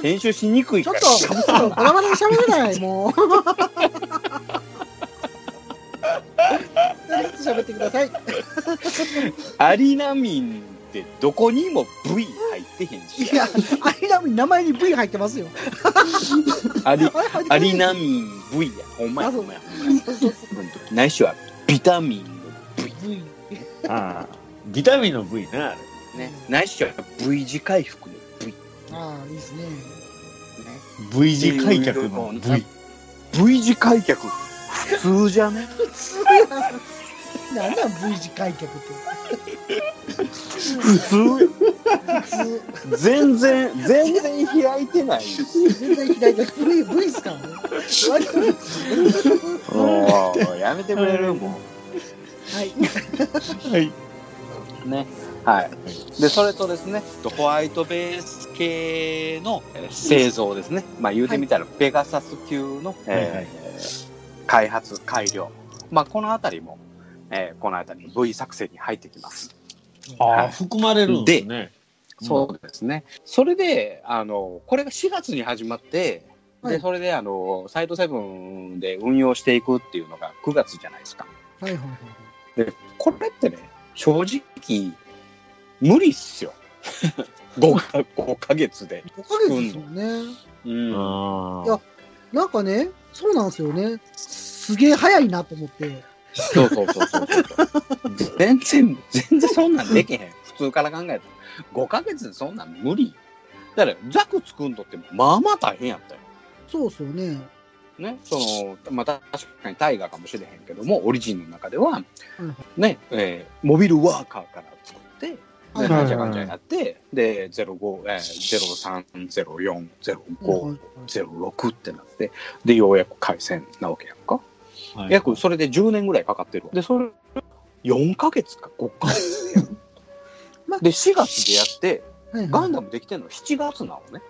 S3: 編集しにくい
S2: ち
S3: か
S2: ょっ
S3: ら。
S2: と、ちょっと、バラバラに喋れない、もう。誰ずつ喋ってください。
S3: アリナミンってどこにも V 入ってへんし。
S2: いや、アリナミン、名前に V 入ってますよ。
S3: ア
S2: あ
S3: リ、
S2: れ入ってな
S3: ア
S2: い
S3: リナミン V や。ほんまや、
S2: あそ
S3: ほ
S2: うん
S3: まや。
S2: そうそうそ
S3: ないしはビタミンの V。
S2: う V。
S1: ああ。ビタミンの V な、あれ。
S3: ね。ないしは V 字回復の V。
S2: ああ、いいですね。
S1: V 字開脚の V。
S3: V 字開脚、普通じゃね
S2: 普通や。なんなん V 字開脚って。
S3: 普通
S2: 普通、
S3: 全然、全然開いてない。
S2: 全然開いてない。V、V っすからね。割と
S3: もう、やめてくれるも
S2: はい。
S1: はい。
S3: う。ね。はい。で、それとですね、ホワイトベース系のえー製造ですね。まあ言うてみたら、ペガサス級の、
S1: はいはい
S3: えー開発、改良。まあこのあたりも、えーこのあたりの V 作成に入ってきます。
S1: ああ、含まれるんですね。
S3: そうですね。それで、あの、これが4月に始まって、
S2: はい
S3: で、それで、あの、サイトセブンで運用していくっていうのが9月じゃないですか。
S2: はいはいはい。
S3: これってね、正直、無理っすよ。5, か5ヶ月で。
S2: 5ヶ月ですもんね。
S3: うん
S1: あ
S2: いや
S1: あ。
S2: なんかね、そうなんですよね。すげえ早いなと思って。
S3: そうそうそうそうそう。全然、全然そんなんできへん。普通から考えたら。5ヶ月でそんなん無理。だから、ザク作んとって、まあまあ大変やったよ。
S2: そうっすよね。
S3: ね、その、まあ、確かにタイガーかもしれへんけども、オリジンの中では、
S2: うん
S3: ね、えーモビルワーカーから作って、で、
S2: はい
S1: は
S3: ガ
S1: い
S3: ンチャガンチャやって、で、05、えー、03、04、05、06ってなって、で、ようやく回線なわけやんか。
S1: はい
S3: 約、それで10年ぐらいかかってるわ。で、それ、4ヶ月か5ヶ月でやる
S2: (laughs) まあ
S3: で、4月でやって、
S2: はい
S3: ガン
S2: ダ
S3: ダムできてるの7月なのね。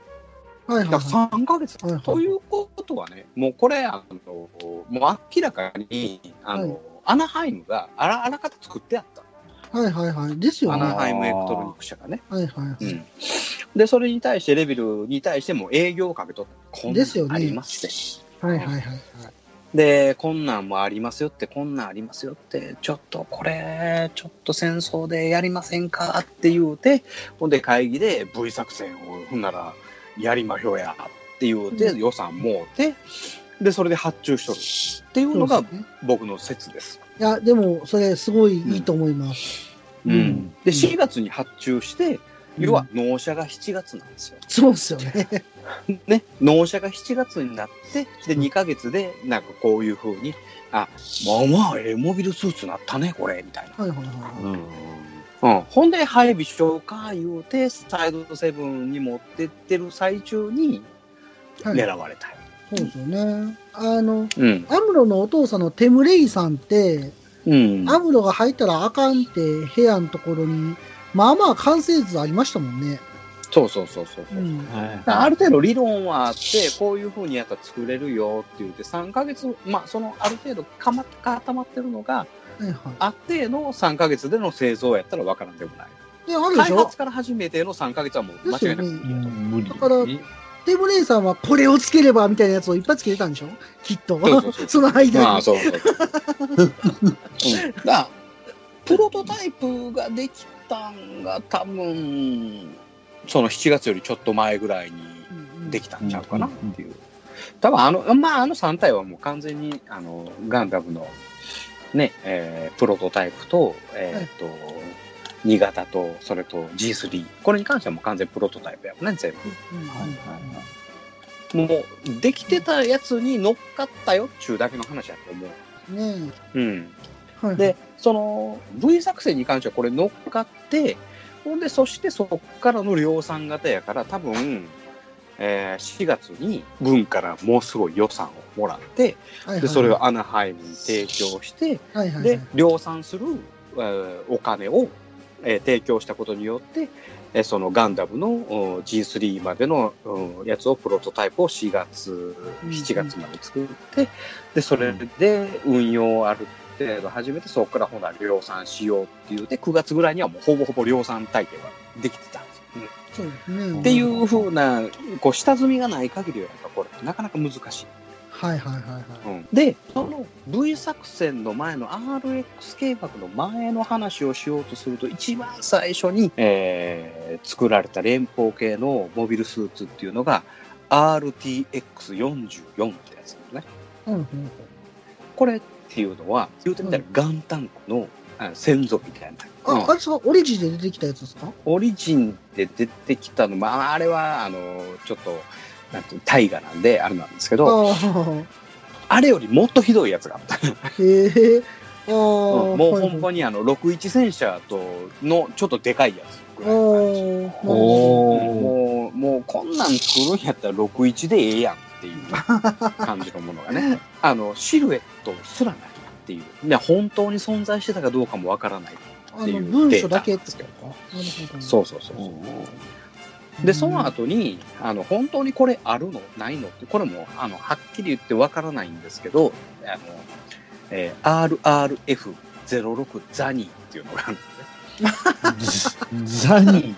S2: はいはい
S3: だ
S2: は
S3: から3ヶ月
S2: いはい。
S3: ということはね、もうこれ、あのもう明らかにあの、
S2: はい
S3: アナハイムがあらあらかた作ってあった、
S2: はいはいはい。ですよ
S3: ア
S2: ね。
S3: ナ
S2: は
S3: ハイムエクトロニク社がね。
S2: いはいは
S3: う
S2: い。
S3: ん、で、それに対して、レベルに対しても営業をかけとこんな
S2: ですよ
S3: ん
S2: ね
S3: ありますって、
S2: はいはいはい。
S3: で、こんなんもありますよって、こんなんありますよって、ちょっとこれ、ちょっと戦争でやりませんかって言うて、ほんで会議で V 作戦を、ほんならやりまひょうやって言うて、
S2: うん
S3: 予算もうて、で、それで発注しとるっていうの
S2: そう
S3: が
S2: ですね
S3: 僕の説です。
S2: いや、でも、それ、すごいいいと思います。
S1: うん
S3: で、4月に発注して、
S2: うん
S3: 要は納車が7月なんですよ。
S2: そうっすよね。
S3: ね、納車が7月になって、で、
S2: うん
S3: 2ヶ月で、なんかこういう風に、あ、まあまあ、ええモビルスーツなったね、これ、みたい
S2: は
S3: な。
S2: いはいは
S1: うん
S3: うん、ほんで、配備しようか、言うて、サイドセブンに持ってってる最中に、
S2: い。はい、
S3: 狙われた、
S2: そうですよね。あの、
S3: うん。
S2: アムロのお父さんのテムレイさんって、
S3: うん。
S2: アムロが入ったらあかんって部屋のところに、まあまあ完成図ありましたもんね。
S3: そうそうそうそう。
S2: う
S3: だか
S2: ん。
S1: はい
S3: らある程度理論はあって、こういう風にやったら作れるよって言って、3ヶ月、まあ、その、ある程度かま、固まってるのが、
S2: はいは
S3: あっての3ヶ月での製造やったらわからんでもない。
S2: い。で、あるで
S3: 開
S2: しょ
S3: 発から始めての3ヶ月はもう
S2: で
S3: 間
S2: す
S3: 違
S2: よ
S3: いなく
S2: ね。
S1: うん無理。
S2: だから
S1: え
S2: テムレイさんはこれをつければみたいなやつをいっぱいつけてたんでしょきっと。
S3: そうそうそう
S2: の間に。
S3: まあそうそう。うん、だからプロトタイプができたんが多分その7月よりちょっと前ぐらいに
S2: うんうん
S3: できたんちゃうかなっていう。多分あのまああの3体はもう完全にあのガンダムのね、えープロトタイプとえーっと。新潟と、それと G3。これに関してはもう完全プロトタイプやもんね、全部。
S2: うんうん
S3: はいはいもう、できてたやつに乗っかったよっちゅうだけの話やと思う。
S2: ね
S3: うん。
S2: えはい、
S3: で、その V 作戦に関してはこれ乗っかって、ほんで、そしてそこからの量産型やから、多分、えー4月に軍からもうすごい予算をもらって、
S2: はいはい
S3: で、それをアナハイムに提供して、
S2: はいはいはい
S3: で、量産する、えーお金を、えー提供したことによって、えーそのガンダムのお G3 までのおやつをプロトタイプを4月、
S2: うん
S3: 7月まで作って、で、それで運用をある程度始めて、そこからほな量産しようっていうで、9月ぐらいにはもうほぼほぼ量産体系はできてたんですよ。うん
S2: そうですね。
S1: ん
S3: っていうふうな、こう、下積みがない限りは、やっぱこれ、なかなか難しい。
S2: はいはいはいはい。
S3: で、その V 作戦の前の RX 計画の前の話をしようとすると、一番最初に、えー作られた連邦系のモビルスーツっていうのが RTX44 ってやつですね。
S2: うんうん
S3: これっていうのは、言うてみたらガンタンクの、あ先祖みたいな。うん
S2: あ、あれそう、オリジンで出てきたやつですか
S3: オリジンで出てきたの、まあ、あれは、あの、ちょっと、なんていうの大河なんで、あれなんですけど、
S2: ああ、
S3: あれよりもっとひどいやつがあった。
S2: へえ。ああ、
S3: うんもう
S2: はい
S3: 本当にあの61戦車とのちょっとでかいやつぐらいの感じ
S2: おー
S1: おー。
S3: もうもうこんなん作るんやったら61でええやんっていう感じのものがねあのシルエットすらないっていうね本当に存在してたかどうかもわからない
S2: あ
S3: ってい
S2: の
S3: う
S2: 文
S3: デ
S2: 章
S3: ータ
S2: だ
S3: なんで
S2: け
S3: すけど
S2: う
S3: そうそうそうそうでその後にあの本当にこれあるのないのってこれもあのはっきり言ってわからないんですけどあの、えー RRF06 ザニーっていうのがあるんですね
S1: ザニ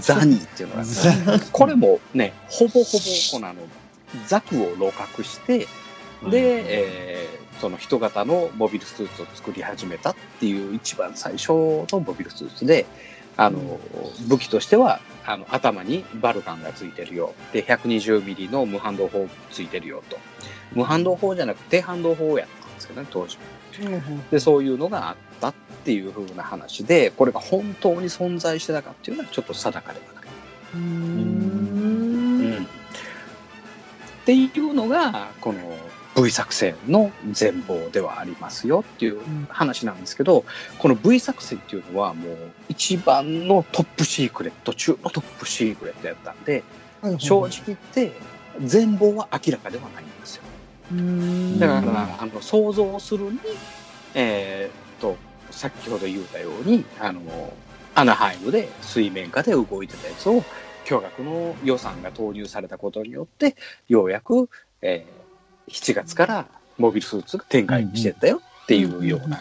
S3: ザニーっていうのが
S1: ー。
S3: あるんです
S1: ザ
S3: ねこれもね、ほぼほぼこのあのザクを露覚して、で、えーその人型のモビルスーツを作り始めたっていう一番最初のモビルスーツで、あの、武器としては、あの、頭にバルカンがついてるよ。で、120ミリの無反動砲ついてるよと。無反動砲じゃなくて、低反動砲やったんですけどね、当時。で、そういうのがあったっていう風な話で、これが本当に存在してたかっていうのはちょっと定かではない。
S2: うーん。
S3: っていうのがこの V 作戦の全貌ではありますよっていう話なんですけどこの V 作戦っていうのはもう一番のトップシークレット中のトップシークレットやったんで
S2: はい
S3: 正直。言って全貌は明らかではないんですよ
S2: うーん
S3: だから、
S1: うん
S3: あの想像するにえーっと先ほど言ったようにあのアナハイムで水面下で動いてたやつを巨額の予算が投入されたことによってようやく、えー7月からモビルスーツが展開してったよっていうような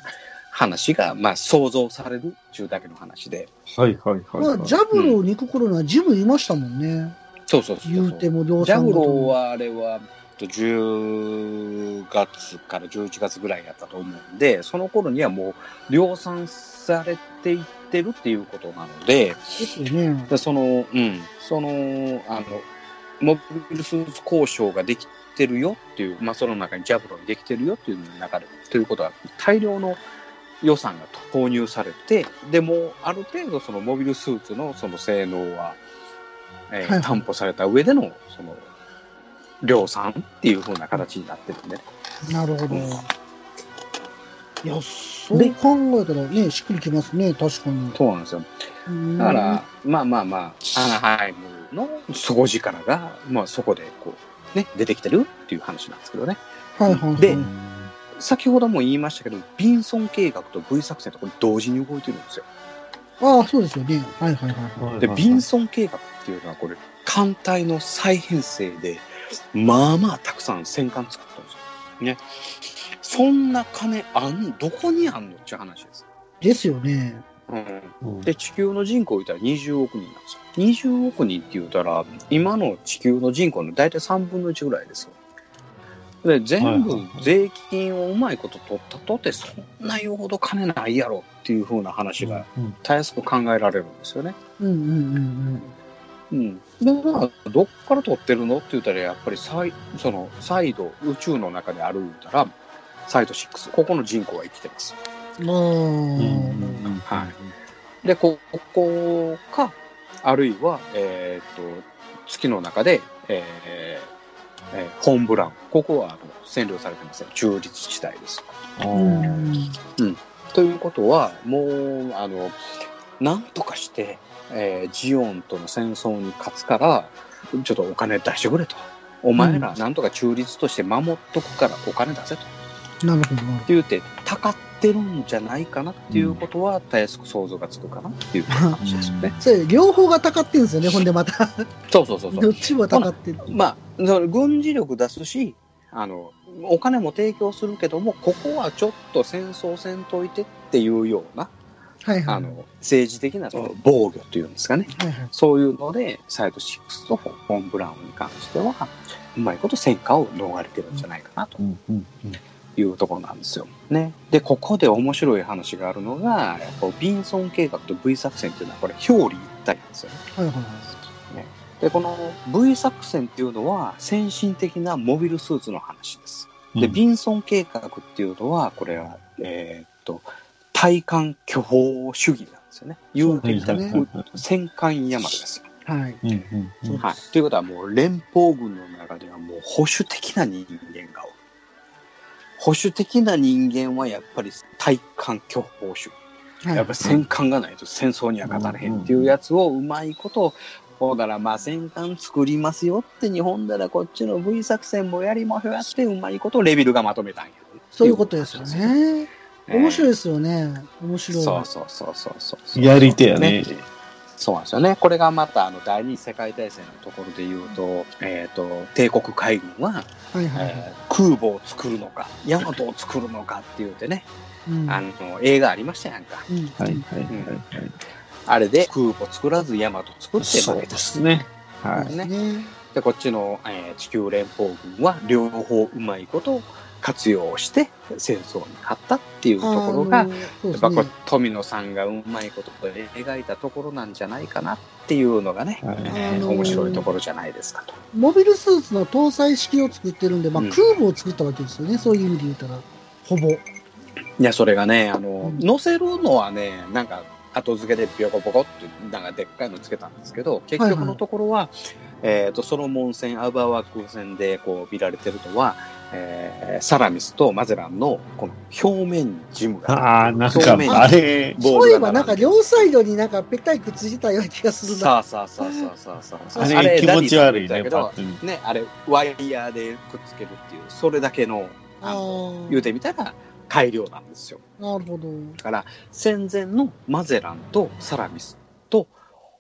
S3: 話が、まあ、想像される中だけの話で
S1: はいはいはい
S2: ま
S1: は
S2: あ、
S1: い。
S2: ジャブローに行く頃にはジムいましたもんね。
S3: そうそうそう
S2: 言うても量
S3: ジャ
S2: 産
S3: グ
S2: だ
S3: ロー
S2: と。
S3: はあれはえっと10月から11月ぐらいやったと思うんで、その頃にはもう量産されていってるっていうことなの
S2: で
S3: で、
S2: すよね。
S3: でその、うん、その、あの、モビルスーツ交渉ができてるよっていう、まあその中にジャブローにできてるよっていう中で、ということは大量の予算が投入されて、でもうある程度そのモビルスーツのその性能は、えー
S2: はい
S3: 担保された上での、その、量産っていう風な形になってるんで、ね、
S2: なるほど。いや、そう
S3: で
S2: 考えたらね、しっくりきますね、確かに。
S3: そうなんですよ。だから、まあまあまあ、アナハイムの底力が、まあそこでこう、ね、出てきてるっていう話なんですけどね。
S2: うん、はいはいはい。
S3: で
S2: うん
S3: 先ほども言いましたけど、ビンソン計画と V 作戦とこれ同時に動いてるんですよ。
S2: ああ、そうですよね。はいはいはいはい。
S3: で、ビン
S1: ス
S3: ソン計画っていうのはこれ、艦隊の再編成で、まあまあたくさん戦艦作ったんですよ。ね。そんな金あん、どこにあんのっていう話です。
S2: ですよね。
S3: うん、
S1: うん
S3: で地球の人口いたら20億人なんですよ20億人って言うたら今の地球の人口の大体3分の1ぐらいですよで全
S1: は
S3: 部
S1: いはい
S3: 税金をうまいこと取ったとてそんな言うほど金ないやろっていう風な話が
S1: うん
S3: たやすく考えられるんですよね、
S2: うんうんうん
S3: うん、でまあどっから取ってるのって言ったらやっぱりサイその再度宇宙の中である言うたらサイド6ここの人口が生きてます
S2: うん。もう、
S1: うん
S3: はいで、こここか、あるいは、えーっと、月の中で、えーえーホーンブラウン。ここはあの占領されてません。中立地帯です。
S1: あ
S2: うん
S1: ー
S3: ということは、もう、あの、なんとかして、えージオンとの戦争に勝つから、ちょっとお金出してくれと。お前ら、なんとか中立として守っとくからお金出せと。
S2: なるほどなる
S3: 言うて、たかってるんじゃないかなっていうことは、たやすく想像がつくかなっていう話ですよね。
S2: ほど。 (laughs) それ両方がたかってんですよね、ほんでまた。
S3: そうそうそうそう
S2: ど。っちもたかってる。
S3: まあ、その軍事力出すし、あの、お金も提供するけども、ここはちょっと戦争せんといてっていうような、
S2: はいはい。
S3: あの、政治的な防御というんですかね。
S2: はいはい。
S3: そういうので、サイド6とフォン・ブラウンに関しては、うまいこと戦火を逃れてるんじゃないかなと
S1: うんうんうん
S3: いうところなんですよ。ね。で、ここで面白い話があるのが、やっぱビンソン計画と V 作戦っていうのは、これ表裏一体なんですよね。
S2: はいはいはい。
S3: でこの V 作戦っていうのは先進的なモビルスーツの話です。で、
S1: うん
S3: ビンソン計画っていうのはこれは、えーっと対艦巨砲主義なんですよね。言うてみた
S1: は
S3: ら、
S1: いはいはいはい
S3: 戦艦ヤマトですよ、
S2: はい。
S1: うんうんうん
S3: はい。ということはもう連邦軍の中ではもう保守的な人間がおる。保守的な人間はやっぱり対艦巨砲主義。
S2: はい。
S3: やっぱ戦艦がないと戦争には勝たれへんっていうやつをうまいこと、ほうだら、まあ戦艦作りますよって日本だらこっちの V 作戦もやりましょうやってうまいことレベルがまとめたんや。
S2: そういうことですよ。ね。面白い
S3: い。
S2: ですよね。面白い。
S3: そうそうそうそうそう。
S1: やり手やね。
S3: そうなんですよね。これがまたあの第二次世界大戦のところで言うと、えっ、と、帝国海軍は、
S2: はいはいはい。
S3: えー空母を作るのか、ヤマトを作るのかって言うてね、
S2: うん
S3: あの、映画ありましたやんか。
S2: うん
S1: はいはいはいはい。
S3: あれで空母作らずヤマト作って負けた。
S1: すね。は
S2: そうですね。
S3: でこっちの、えー地球連邦軍は両方うまいこと活用して戦争に勝ったっていうところが、
S2: あの、そう
S3: や
S2: で
S3: っぱ
S2: す
S3: こ
S2: ね
S3: れ。富野さんがうまいこと描いたところなんじゃないかなっていうのがね、
S1: はい
S3: え
S2: あ
S3: ー
S2: のー
S3: 面白いところじゃないですかと。
S2: モビルスーツの搭載式を作ってるんで、まあ、
S3: うん
S2: 空母を作ったわけですよね、そういう意味で言ったら。ほぼ。
S3: いやそれがねあの、
S2: うん
S3: 載せるのはねなんか後付けでピョコポコってなんかでっかいのつけたんですけど結局のところは、えー、とソロモン戦アウバーワーク戦でこう見られてるのは、えーサラミスとマゼランのこの表面ジムが
S1: ああ、なんかあれ、
S3: ボ
S2: そ
S3: ー
S2: うい
S3: ル
S2: え
S3: が
S2: ば、なんか
S3: 並んでる
S2: 両サイドになんかぺったりくっついてたような気がするな。
S3: さあさあさあさあさあさあ
S1: あれ気持ち悪い
S3: だ
S1: ね、
S3: け
S1: パ
S3: ど
S1: ッと見。
S3: ねあれワイヤーでくっつけるっていうそれだけのあの
S2: ー
S3: 言うてみたら改良なんですよ
S2: なるほど。
S3: だから戦前のマゼランとサラミスと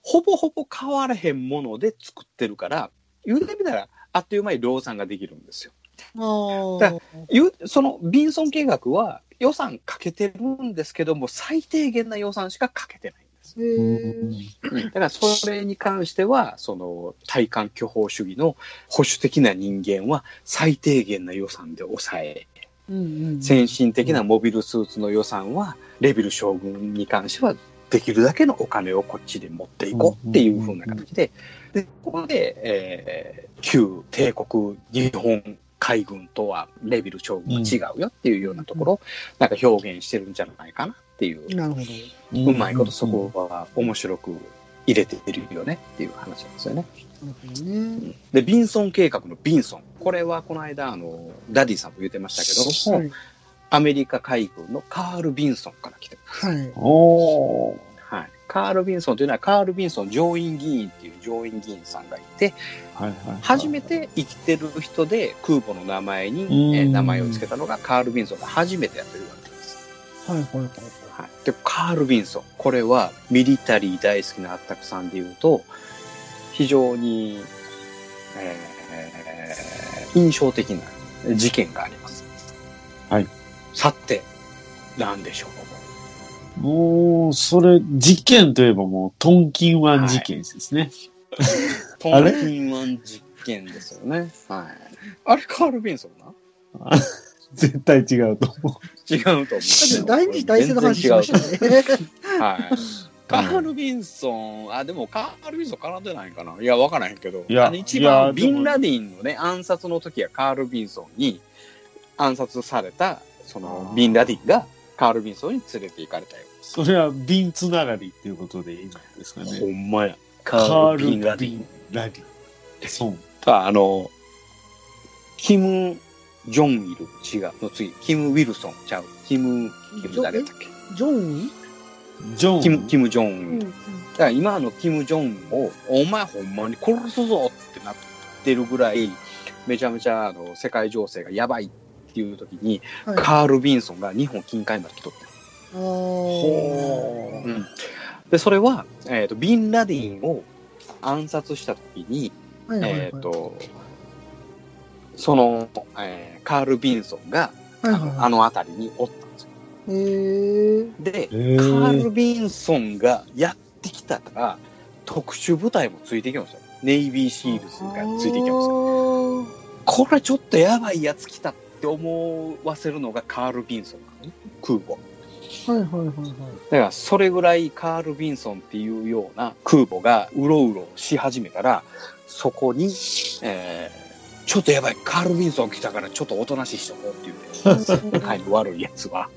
S3: ほぼほぼ変わらへんもので作ってるから言うてみたらあっという間に量産ができるんですよ。
S2: ああ。
S3: 言うそのビンソン計画は予算かけてるんですけども最低限な予算しかかけてないんです。
S2: へー
S3: だからそれに関してはその対艦巨砲主義の保守的な人間は最低限な予算で抑え
S2: うんうん。
S3: 先進的なモビルスーツの予算は、レビル将軍に関しては、できるだけのお金をこっちで持っていこうっていうふうな形で、で、ここで、えー旧帝国日本海軍とはレビル将軍は違うよっていうようなところを、なんか表現してるんじゃないかなっていう、
S2: なるほど。
S1: うん
S3: うまいことそこは面白く入れてるよねっていう話なんですよね。
S2: なるほどね。
S3: で、ビンソン計画のビンソン。これはこの間、あの、ダディさんも言ってましたけども、
S2: はい。
S3: アメリカ海軍のカール・ビンソンから来てる、
S2: はい。
S1: おー
S3: はい、カール・ビンソンというのはカール・ビンソン上院議員っていう上院議員さんがいて
S1: はいはいはい。
S3: 初めて生きてる人で空母の名前に
S1: ん、
S3: えー名前を付けたのがカール・ビンソンが初めてやってるわけです、
S2: はいはい
S3: (laughs)
S2: はい。
S3: はい、でカール・ビンソンこれはミリタリー大好きなあったくさんでいうと非常に、えー印象的な事件があります
S1: はい
S3: さて何でしょう
S1: もう、それ、事件といえばもう、トンキンワン事件ですね。
S3: ト
S1: あれ
S3: ンキンワン実験ですよね。はい。あれ、カール・ビンソンな
S1: 絶対違うと思
S3: 違うと思う。
S2: だって第二次大戦の話しましたね。
S3: はい。 (laughs) カール・ビンソン、あ、でもカール・ビンソン絡んでないんかな。いや、わからへんけど。
S1: いや
S3: あの一
S1: いやで
S3: 番、
S1: も
S3: ビンラディンのね、暗殺の時はカール・ビンソンに暗殺された、そ
S1: あ
S3: の
S1: ー、
S3: ビンラディンがカール・ビンソンに連れて行かれたよ。
S1: う。それは、瓶つながりっていうことでいいんですかね。
S3: んまや。カ
S1: カ
S3: ー
S1: ー
S3: ル・
S1: ル・
S3: ビ
S1: ビ
S3: ン
S1: ン・
S3: ラ
S1: ラ
S3: デ
S1: デ
S3: ィン。
S1: ィン。そう。
S3: あの、キム・ジョン・イル、違う。の次、キム・ウィルソン、ちゃう。キム、キム誰だっけ
S2: (laughs) ジョン
S1: ジョン。
S3: キム、キム・ジョンウン
S2: ウ。ン
S3: だから今のキム・ジョンウンを、お前ほんまに殺すぞってなってるぐらい、めちゃめちゃあの世界情勢がやばいっていう時に、
S2: はい
S3: カール・ビンソンが日本近海まで来とって
S2: あー
S3: る、で、それは、えっ、と、ビン・ラディンを暗殺した時に、
S2: はいはいはい
S3: えっ、と、その、えーカール・ビンソンが
S2: はいはいは
S3: あの辺りにおったんですよ。
S2: いへえ。
S3: で、カ
S1: へー
S3: ール・ビンソンがやってきたから、特殊部隊もついてきますよ。ネイビーシールズがついてきますよ。これちょっとやばいやつ来たって思わせるのがカール・ビンソンなのね、空母。
S2: はいはいはいはい。
S3: だから、それぐらいカール・ビンソンっていうような空母がうろうろし始めたら、そこに、えーちょっとやばい、カール・ビンソン来たからちょっとおとなしいしとこうっていうね、 (laughs) 仲の悪いやつは、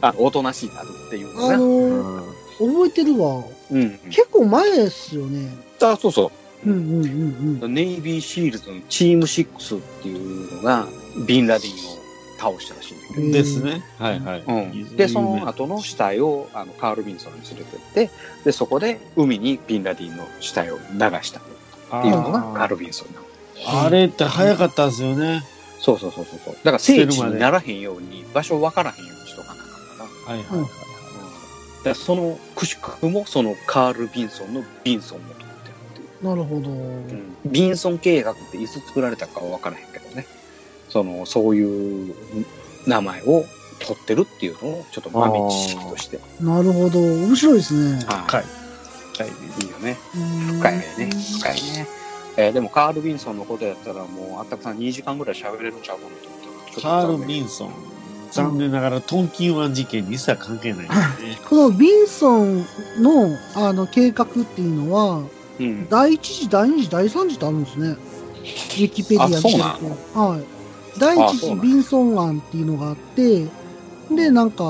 S3: あおとなしいなるっていうの
S2: あ
S3: が、
S2: のー、覚えてるわ。
S3: うん、
S2: 結構前ですよね。
S3: あそうそう。
S2: うんうんうん
S3: ネイビーシールズのチーム6っていうのが、ビンラディンを倒したらしいんだけ
S2: う
S3: ど。
S2: ん。
S1: です。ね。はいはい。
S3: うん、で、その後の死体をあのカール・ビンソンに連れてって、で、そこで海にビンラディンの死体を流したって
S1: あ
S3: いうのがカー
S1: ー
S3: ル・ビンソンなの。
S1: あれって早かったんですよね。
S3: そうそうそうそうそう。だから聖地にならへんように、場所わからへんようにしとかなあかんか
S1: はいはい
S3: ら。
S1: はい。
S3: だからその、くしくもそのカール・ビンソンのビンソンを取ってるっていう。
S2: なるほど。
S3: うんビンソン計画っていつ作られたかは分からへんけどね。その、そういう名前を取ってるっていうのを、ちょっと豆知識として。
S2: なるほど。面白いですね。
S3: は
S1: 深い。深い
S3: い。いいよね。
S2: 深
S3: 深いね。深いね。えーでも、カール・ビンソンのことやったら、もう、あったくさん2時間ぐらい喋れるんちゃうかなと思って。
S1: カール・ビ
S3: ン
S1: ンソン。残念ながら、トンキンワン事件に一切関係ないですね。
S2: このビンソンのあの計画っていうのは、
S3: うん。
S2: 第一次、第二次、第三次ってあるんですね。ウィキペディア見てると。
S3: あそうな
S2: はい。第
S3: あ
S2: 一
S3: そ
S2: 次
S3: うなんや
S2: ビンソン案っていうのがあって、で、なんか、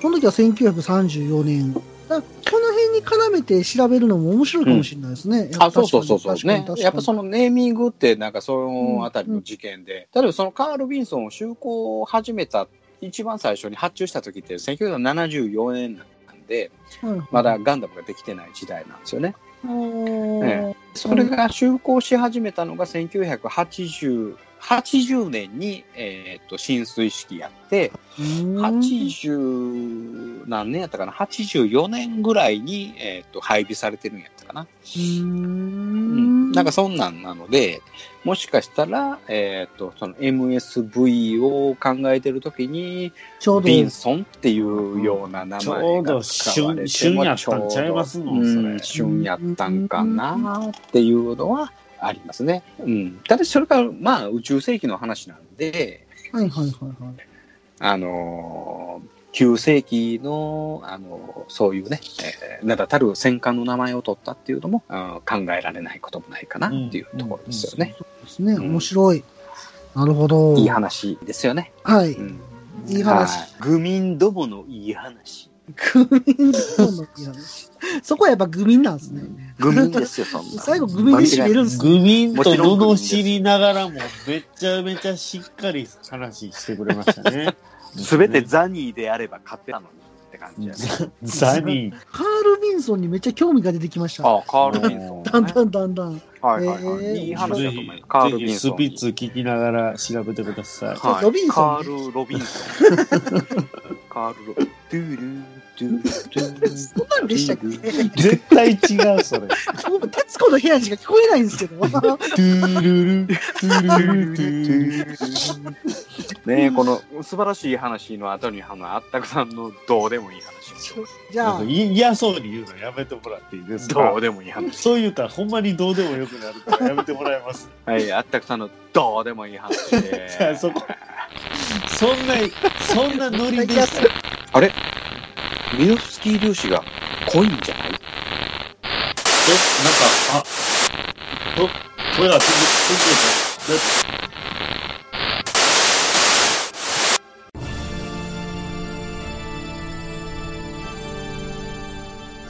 S2: この時は1934年。だからこの辺に絡めて調べるのも面白いかもしれないですね。
S3: あ、そうそうそうそう。ね。やっぱそ
S2: の、
S3: のネーミングって、なんかそのあたりの事件で、例えばそのカール・ビンソンを就航を始めた、一番最初に発注した時って1974年なんで、
S2: はい
S3: まだガンダムができてない時代なんですよね。
S2: あー
S3: えそれが就航し始めたのが1980、80年に、えーっと、浸水式やって、
S2: うーん
S3: 80何年やったかな ?84 年ぐらいに、えーっと、配備されてるんやったかな。
S2: うーん
S3: なんかそんなんなので、もしかしたら、えっ、と、その MSV を考えてるときに、
S2: ちょうど、
S3: ビンソンっていうような名前が
S1: ち
S3: 使
S1: ょうど
S3: われて
S1: 旬、旬やったんちゃいますの
S3: う
S1: そ
S3: ん
S1: れ。
S3: 旬やったんかなっていうのはありますね。うん。ただしそれから、まあ、宇宙世紀の話なんで、
S2: はいはいはいはい。
S3: あのー、9世紀の、あのーそういうね、えー名だたる戦艦の名前を取ったっていうのも、うん考えられないこともないかなっていうところですよね。
S2: ですね、
S3: うん
S2: 面白い。なるほど。
S3: いい話ですよね。
S2: はい。
S3: ん、
S2: いい話。
S3: はい。愚民どものいい話。
S2: グミ (laughs) ンのいい話。
S3: (laughs)
S2: そこはやっぱグミンなんですね。
S3: 愚民ですよ、そんな。
S2: 最後グミンで締めるんですね。
S1: 愚民と罵りながらも、めちゃめちゃしっかり話してくれましたね。
S3: すべてザニーであれば勝ってたのにって感じです。
S1: ザニー。
S2: カール・ビンソンにめっちゃ興味が出てきました。
S3: あ、カール・ビン (laughs) ソン、ね。
S2: だんだんだんだん。
S3: はいはいはい。
S2: えー
S3: いい話だと思います。カール・
S1: ぜ
S3: ビ
S1: ひ
S3: ン
S1: ス
S3: ソン
S1: ピ
S3: に。
S1: ッツ聞きながら調べてください。
S3: はい、
S2: ロビンソン
S3: カール・ロビンソ (laughs) ン。カール・ロビンソン。ドゥルードゥルードゥルー
S2: そんなんでしたっけ
S1: 絶対違う、それ。
S2: 僕、徹子の部屋にしか聞こ
S1: (laughs)
S2: えないんですけど。
S1: トゥルル、トゥルル、トゥルル。
S3: ねえこの素晴らしい話の後に、あの、あったくさんのどうでもいい話。
S2: じ
S1: な
S2: ゃ
S1: ん
S2: あ
S1: か、嫌そうに言うのやめてもらっていいです
S3: ど
S1: か
S3: うでもいい話。
S1: そう言うたらほんまにどうでもよくなるからやめてもらい (laughs) ます。
S3: はい、あったくさんのどうでもいい話
S1: じゃあ
S3: (laughs) で。
S1: そこ、そんな、そんなノリ (laughs) です。
S3: ミノフスキー粒子が濃いんじゃない
S1: え、なんか、あ、と、声がつぶ、つぶ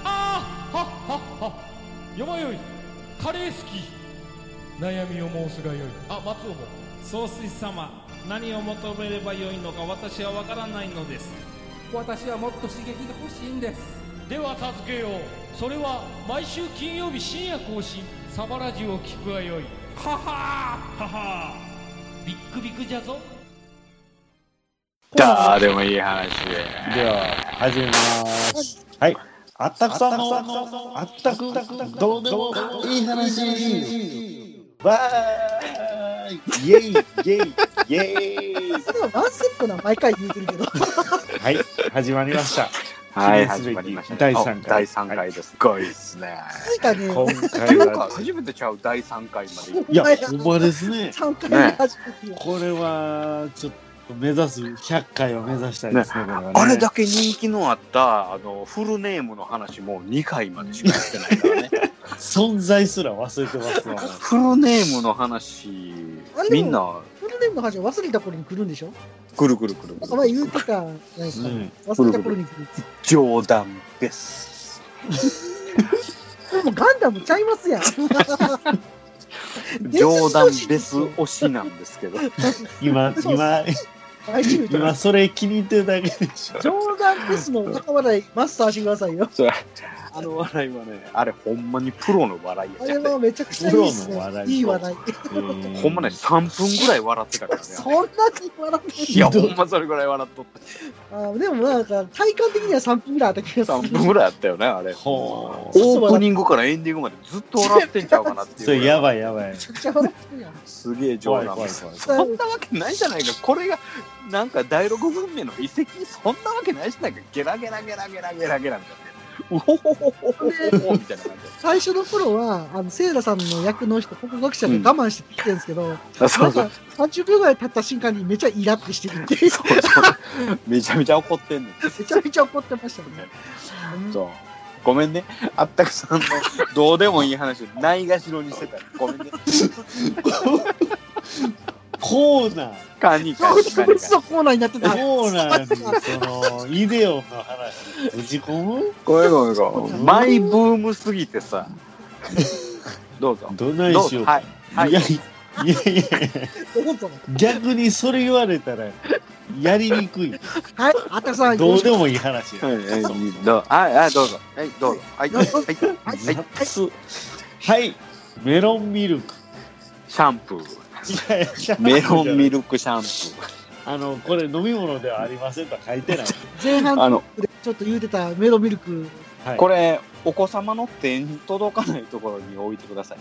S4: あーはっはっは山よいカレー好き悩みを申すがよいあ松尾も
S5: 総帥様何を求めればよいのか私は分からないのです私はもっと刺激が欲しいんです
S4: では助けようそれは毎週金曜日深夜更新サバラジを聞くがよいははーははービックビックじゃ
S5: (laughs)
S4: ぞ
S3: どうでもいい話
S1: では、始めます。はい。あったくさんの、あったく、どうでもいい話。バーイイェイイェイイェイ
S2: それはワンステップな毎回言うてるけど。
S1: はい、始まりま (laughs) した。
S3: はい、
S1: 記念すべき
S3: 始まりましたね。
S1: 第三回
S3: あ第三回です。すごいですね。
S2: ついたね、
S1: 今
S3: って
S1: 回
S3: いうか、
S1: は、
S3: 初めてちゃう第三回まで行く。
S1: いや、ほんまですね。
S2: 3回目初めてよ。
S1: これは、ちょっと目指す、100回を目指したいですね、これはね。
S3: あれだけ人気のあった、あの、フルネームの話も2回までしかしてないから (laughs) ね。
S1: 存在すら忘れてますわ。
S3: フルネームの話
S2: あでも、
S3: みんな、
S2: フルネームの話は忘れた頃に来るんでしょ
S3: くるくるくるく
S2: お前
S3: る。
S2: 言うてたじゃないです
S1: う
S2: か。
S1: ん。
S2: 忘れた頃に来る。
S3: 冗談です。
S2: でもガンダムちゃいます
S1: (laughs)
S2: やん。
S3: 冗談です推しなんですけど。
S1: 今、今、
S2: 毎週言うた
S1: 今、
S2: ら
S1: それ気に入ってるだけでしょ。
S2: 冗談ですの高笑いマスターしてくださいよ。
S3: あの笑いはね、あれほんまにプロの笑い
S2: あ
S3: や
S2: れ
S3: で。
S2: はめちゃくちゃいいです
S1: プロの
S2: ね
S1: 笑。い
S2: いい笑い。
S3: ほんまね、3分ぐらい笑ってたからね。
S2: そんなに笑って
S3: いや、ほんまそれぐらい笑っとった。
S2: あでもなんか体感的には3分ぐらいあった気がする。
S3: 3分ぐらいあったよね、あれ。
S1: ほう。
S3: オープニングからエンディングまでずっと笑ってんちゃうかなっていう。
S1: それやばいやばい
S2: め。ちゃくちゃ笑ってるやん。
S3: すげえ
S1: 怖
S3: 冗
S1: い
S3: 談
S1: 怖
S3: で
S1: い
S3: す。
S1: 怖い。
S3: そんなわけないじゃないか。これが、なんか第六文明の遺跡、そんなわけないじゃないか。ゲラゲラゲラゲラゲラゲラみたいな。うほほほほほほみたいな感
S2: 最初の頃は、あの、セイラさんの役の人、国学者で我慢して聞いてるんですけど、
S3: じ。そ
S2: な
S3: うんそ
S2: か
S3: う。
S2: 30秒ぐらい経った瞬間にめちゃイラってしてるっていう、
S3: めちゃめちゃ怒ってんねん。
S2: めちゃめちゃ怒ってましたね。
S3: そう。ごめんね。あったくさんのどうでもいい話をないがしろにしてた。ごめんね。
S1: コーナー、
S3: カニカ
S2: そう
S3: ニ
S2: 特
S3: カニ
S2: 別
S3: カ
S2: の。
S3: ニ
S2: コーナーになってた。
S1: コーナーに、その、イデオンの話、ぶち込む
S3: ごめんごめんごめん。マイブームすぎてさ。どうぞ。
S1: どない
S3: どう
S1: し
S3: ぞ。
S1: ようか。
S3: はい。はいい
S1: や、いやいや、
S2: どうぞ。
S1: 逆にそれ言われたら、やりにくい。
S2: はい、あたさん、
S1: どうで
S2: も。
S1: もいい話や。
S3: はいはい、どうはい、はい、どうぞ。はい、どうぞ。はい、
S2: ど
S3: は
S2: う
S3: い、
S2: ぞ
S3: はい、
S1: ザ
S3: はい、
S1: ックス。はい。メロンミルク。
S3: シャンプー。
S1: いやいや
S3: (laughs) メロンミルクシャンプ
S1: あの、これ飲み物ではありませんとは書いて
S3: (laughs)
S1: ない。
S2: 前半
S3: ー。あの、
S2: でちょっと言うてたメロミルク、
S1: はい。
S3: これ、お子様の手に届かないところに置いてください。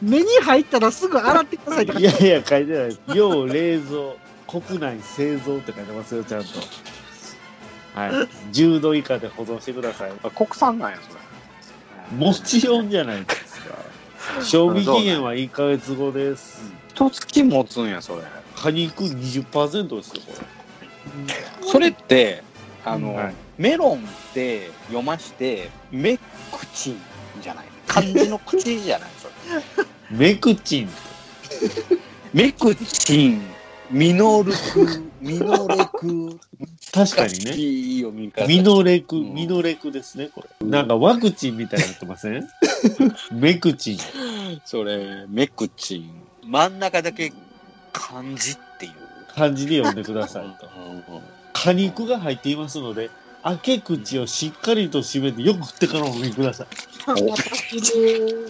S2: 目に入ったらすぐ洗ってくださいっ
S1: (laughs)
S2: て
S1: いやいや、書いてないです。要冷蔵、国内製造って書いてますよ、ちゃんと。はい。10度以下で保存してください。
S3: あ国産なんや、それ。
S1: もちろんじゃないですか。賞味期限は1ヶ月後です。
S3: 一月持つんや、それ。
S1: 果肉20%ですよ、こ
S3: それって、あの、
S1: はい
S3: メロンって読まして、目口じゃない。漢字の口じゃない、そ (laughs) れ。
S1: れ。メクチン。
S3: 目口、ミノルク、ミノレク、
S1: 確かにね。
S3: いい読み方。
S1: ミノレク、
S3: うん
S1: ミノレクですね、これ。なんかワクチンみたいになってません (laughs) メクチン。
S3: それ、メクチン。真ん中だけ漢字っていう。
S1: 漢字で読んでくださいと。果肉が入っていますので、開け口をしっかりと閉めて、よく振ってからお飲みください。
S2: またする。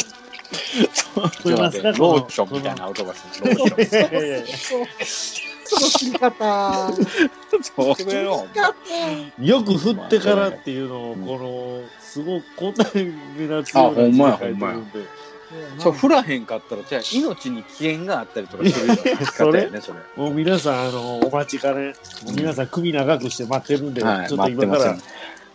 S1: こ
S3: ちょ
S1: れ
S3: っと
S1: ま
S3: 待
S1: す
S3: って
S1: か
S3: ローションみたいな音がする。ローション。
S1: いやいやいや
S2: (laughs) そうその切り方。
S3: それを
S1: よく振ってからっていうのを、この、すごくこんなに目立つ
S3: あ
S1: ような
S3: ほんまや
S1: 字で書いてるんで、
S3: そう、振らへんかったら、じゃあ命に危険があったりとかするような方
S1: (laughs)
S3: やね、それ。
S1: もう皆さん、あの、お待ちかね。もう皆さん、首長くして待ってるんで、
S3: は
S1: ちょ
S3: い、
S1: っと
S3: 待って
S1: 今か
S3: ますよ
S1: ら、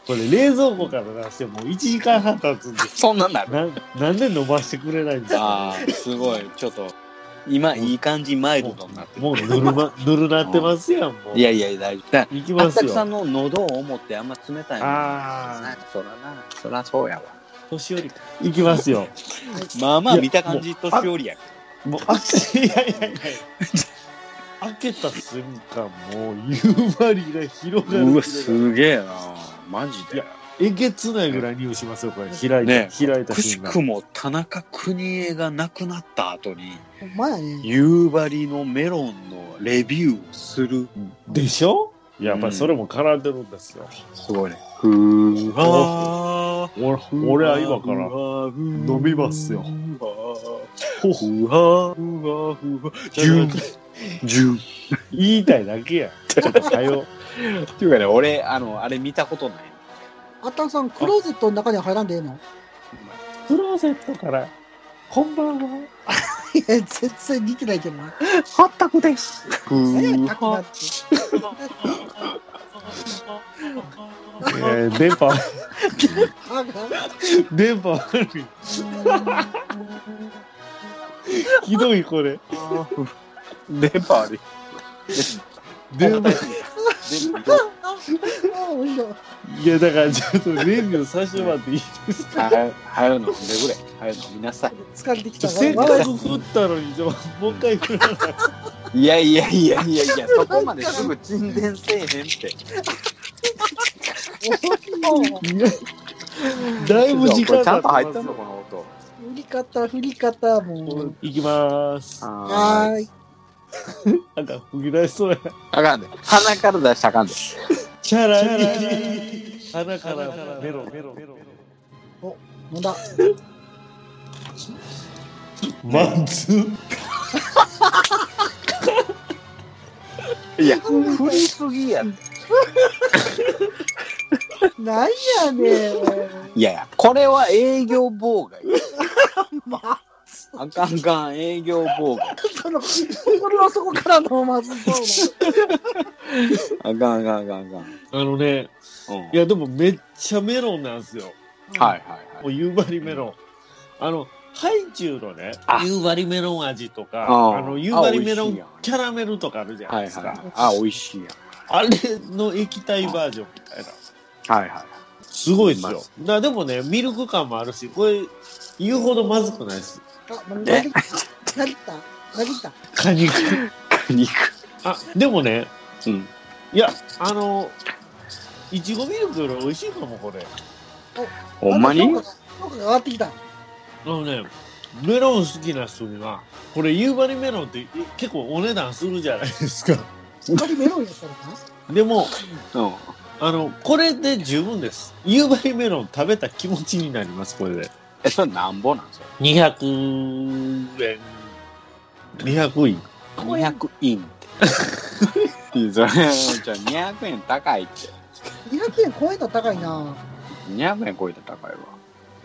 S1: これ冷蔵庫から出してもう1時間半経つんです。
S3: (laughs) そんなんなる。
S1: ななんで伸ばしてくれないんですか
S3: ああ、すごい。ちょっと、今、いい感じ、マイルドになってる。
S1: もうぬるま、ぬるなってますやん、もう。
S3: いやいや、大丈夫。だ
S1: 行き
S3: あ
S1: ま
S3: った
S1: す
S3: くさん
S1: よ。
S3: の喉を思ってあんま冷たいの
S1: ああ、
S3: そらな、そらそうやわ。
S1: 年寄りか。行きます
S3: (laughs)
S1: よ。
S3: まあまあ
S1: いや
S3: 見た感じ年寄りや
S1: もう、あ、 (laughs) いやいやいや。開けた瞬間、もう、夕張が広がる。
S3: うわ、すげえな。マジ
S1: い
S3: で
S1: や。えげつないぐらいにおしますよ、これ。開いた、
S3: ね
S1: 開いた
S3: くし
S1: 瞬間。
S3: くも田中邦衛が亡くなった後に、
S2: ほんまやね。
S3: 夕張のメロンのレビューをする。
S1: でしょやっぱりそれも絡んでるんですよ。
S3: すごいね。ふーはー。
S1: 俺俺は今から
S3: 飲
S1: 飲みますよ。
S3: ふわふわふわ。ジュン、ジュン。
S1: 言いたいだけ (laughs) やん。ちょっとはよ。
S3: っていうかね、俺、あの、あれ見たことない。
S2: あったくさん、クローゼットの中には入らんでええの
S1: クローゼットから、こんばんは。
S2: いや、全然似てないけどな。
S3: はったくです。ふ
S2: 何
S3: ー
S2: や、タクナ
S3: は
S2: って。
S1: えー、電波、
S2: 歯が
S1: 電波悪い。ひどいこれ。
S3: 電波悪い。
S1: 電波、
S3: 電波悪い
S2: ああ、おいしょ。
S1: いやだからちょっとレビューさせてもらっていいですか
S3: はよ、はよ飲んでくれ。はよ飲みなさ
S2: 疲れてき
S1: ち
S2: た
S1: ょせっ
S2: わ。
S1: か
S2: わ
S1: く振ったのに、ちょもう一回 (laughs) 振らない。
S3: い。いやいやいやいやいや、そこまですぐ沈殿せえへんって。
S1: だいぶ時間
S3: ちゃんと
S1: 経
S3: 入
S1: っ
S3: ってて
S1: ます
S3: んの、この音。
S2: 振り方、振り方、もう。
S1: いきまーす。
S3: あ
S2: はーい。
S1: なんか、吹き出しそうや。
S3: あかんで。鼻から出したらあかんで。
S1: チャラに、鼻からメロン。
S2: 飲んだ。
S1: マンツー
S3: いや、振りすぎやって。
S2: なんやねん。
S3: いやいや、これは営業妨害。あかんあかん、営業妨害。
S2: その、心の底からのまずそう
S3: あかんあかんあかんあかん。
S1: あのね、
S3: うん
S1: いやでもめっちゃメロンなんですよ。
S2: な。
S3: はいはい
S1: も
S3: は
S1: う
S3: い。
S1: 夕張メロン。あの、ハイチュウのね
S3: あ、
S1: 夕張メロン味とか、
S3: あ
S1: あ
S3: あ
S1: の、夕張メ
S3: あ
S1: ロ
S3: 美味しい
S1: ン
S3: やん
S1: キャラメルとかあるじゃない
S3: はい
S1: ですか。
S3: はい。あ、美味しいやん。
S1: あれの液体バージョンみたいな。
S3: はいはい。
S1: すごいです
S3: う
S1: よ
S3: ま。
S1: なでもね、ミルク感もあるし、これ、言うほどまずくないです。
S2: あ、なりきった。なりきった。なりきった。
S1: 果肉。
S3: 肉。
S1: (laughs) あ、でもね、
S3: うん。
S1: いや、あの、いちごミルクより美味しいかも、これ。
S3: ほんまに
S2: 評価が上がってきた。
S1: あのね、メロン好きな人には、これ夕張メロンってえ結構お値段するじゃないですか。
S2: あんまりメロンやったらな。
S1: でも、
S3: うん。
S1: あの、これで十分です。夕張メロン食べた気持ちになります、これで。
S3: え、それなんぼなんそれ。
S1: 200円。200円。
S3: 200インって。いやそれ、じゃあ200円高いって。
S2: 200円超えたら高いな。 (laughs)
S3: 200円超えたら高いわ。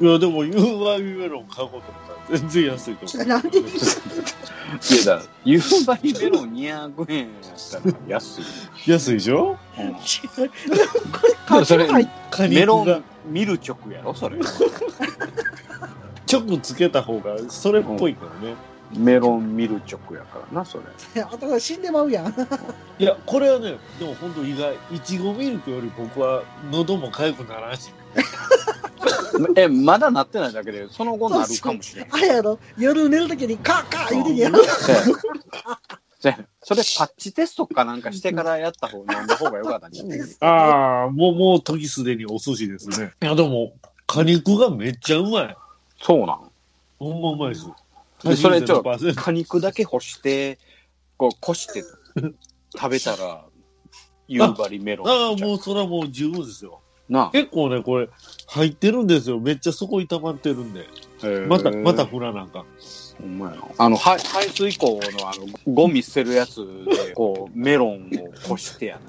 S1: いや、でも夕張メロン買おうと思ったら全然安いと思う。
S2: なんで
S3: いやだ、夕張メロン200円やったら安い。
S1: 安いでしょ
S3: それ、
S1: 果
S3: メロ
S1: 肉が
S3: ン、ミルチョクやろそれ。
S1: 直つけた方がそれっぽいからね。
S3: メロンミルチョクやからな、それ。
S2: あんたが死んでまうやん。
S1: いや、これはね、でも本当意外。いちごミルクより僕は喉も痒くならんし。
S3: え、まだなってないだけで、その後なるかもしれん。
S2: あれやろ、夜寝るときにカーカー言うてんやろ。
S3: せや (laughs) せやそれパッチテストかなんかしてからやった方、飲んだ方がよかったんじゃない
S1: ああ、もう、もう時すでにお寿司ですね。いや、でも、果肉がめっちゃうまい。
S3: そうなん
S1: ほんまうまいです。
S3: でそれちょっ
S1: 80%
S3: 果肉だけ干して、こう、こして、食べたら、夕張メロ
S1: あ
S3: ン
S1: あ、
S3: じゃん。
S1: もうそれはもう十分ですよ。
S3: な
S1: 結構ね、これ、入ってるんですよ。めっちゃそこに溜まってるんで。
S3: あ
S1: また、また。振らなんか。
S3: ほんまやなあの、排排水口の、あの、ゴミ捨てるやつで、こう、メロンを
S1: (laughs)
S3: 干してや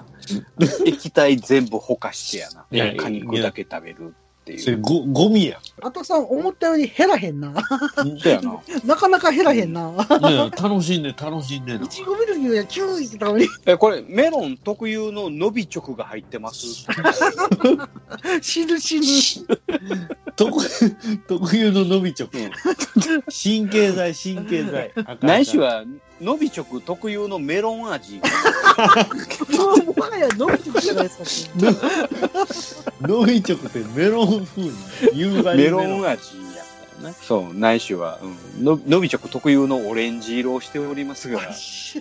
S3: な。液体全部ほかしてやな。
S1: いや
S3: 果肉だけ食べる。って
S1: そ
S3: い
S1: れ
S3: う。
S1: ゴゴミや。
S2: あたくさん思ったより減らへんな。
S3: そうやな。
S2: なかなか減らへんな。
S1: ね楽しんで楽しんでない
S2: ちごミルフィーユやキューいってたのに、
S3: え、これ、メロン特有の伸び直が入ってます。
S2: 死ぬ死ぬ。
S1: 特特有の伸び直。神経剤神経剤。
S3: ないしは、伸び直特有のメロン味。
S2: もうもはや伸びてくじゃないですか。
S1: の伸び直ってメロン風に夕張
S3: メロン味やったよね。そう、ないしは、うん、の伸び直特有のオレンジ色をしております (laughs) が、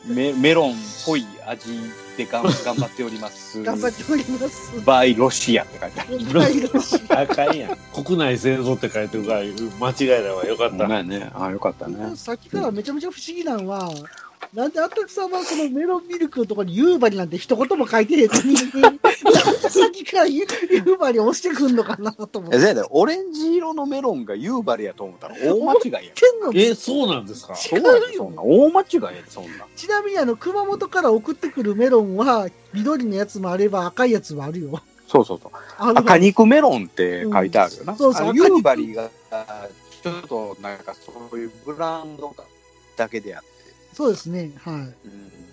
S3: メメロンっぽい味でがん頑張っており (laughs) ます。
S2: 頑張っております。
S3: バイロシアって書いてある。
S1: あかんやん国内製造って書いてるから間違いだわよかった、
S3: まあね、ああ、よかったね。
S2: さっきからめちゃめちゃ不思議なのは、なんであたくさんはこのメロンミルクのところに夕張なんて一言も書いてへんのに、なんでさっきから夕張に押してくんのかなと思っ
S3: (laughs) え、
S2: て。
S3: だよねオレンジ色のメロンが夕張やと思ったら (laughs) 大間違いや。
S2: 天の
S1: えそうなんですか
S3: そうなんだよそんな。大間違いやで、そんな。
S2: ちなみにあの熊本から送ってくるメロンは緑のやつもあれば赤いやつもあるよ。
S3: そうそうそう。
S2: ある
S3: 赤肉メロンって書いてあるよな。
S2: うんそうそう
S3: あの
S2: 赤肉
S3: 夕張が、ちょっとなんかそういうブランドだけであって。
S2: そうですね。はい。
S3: うん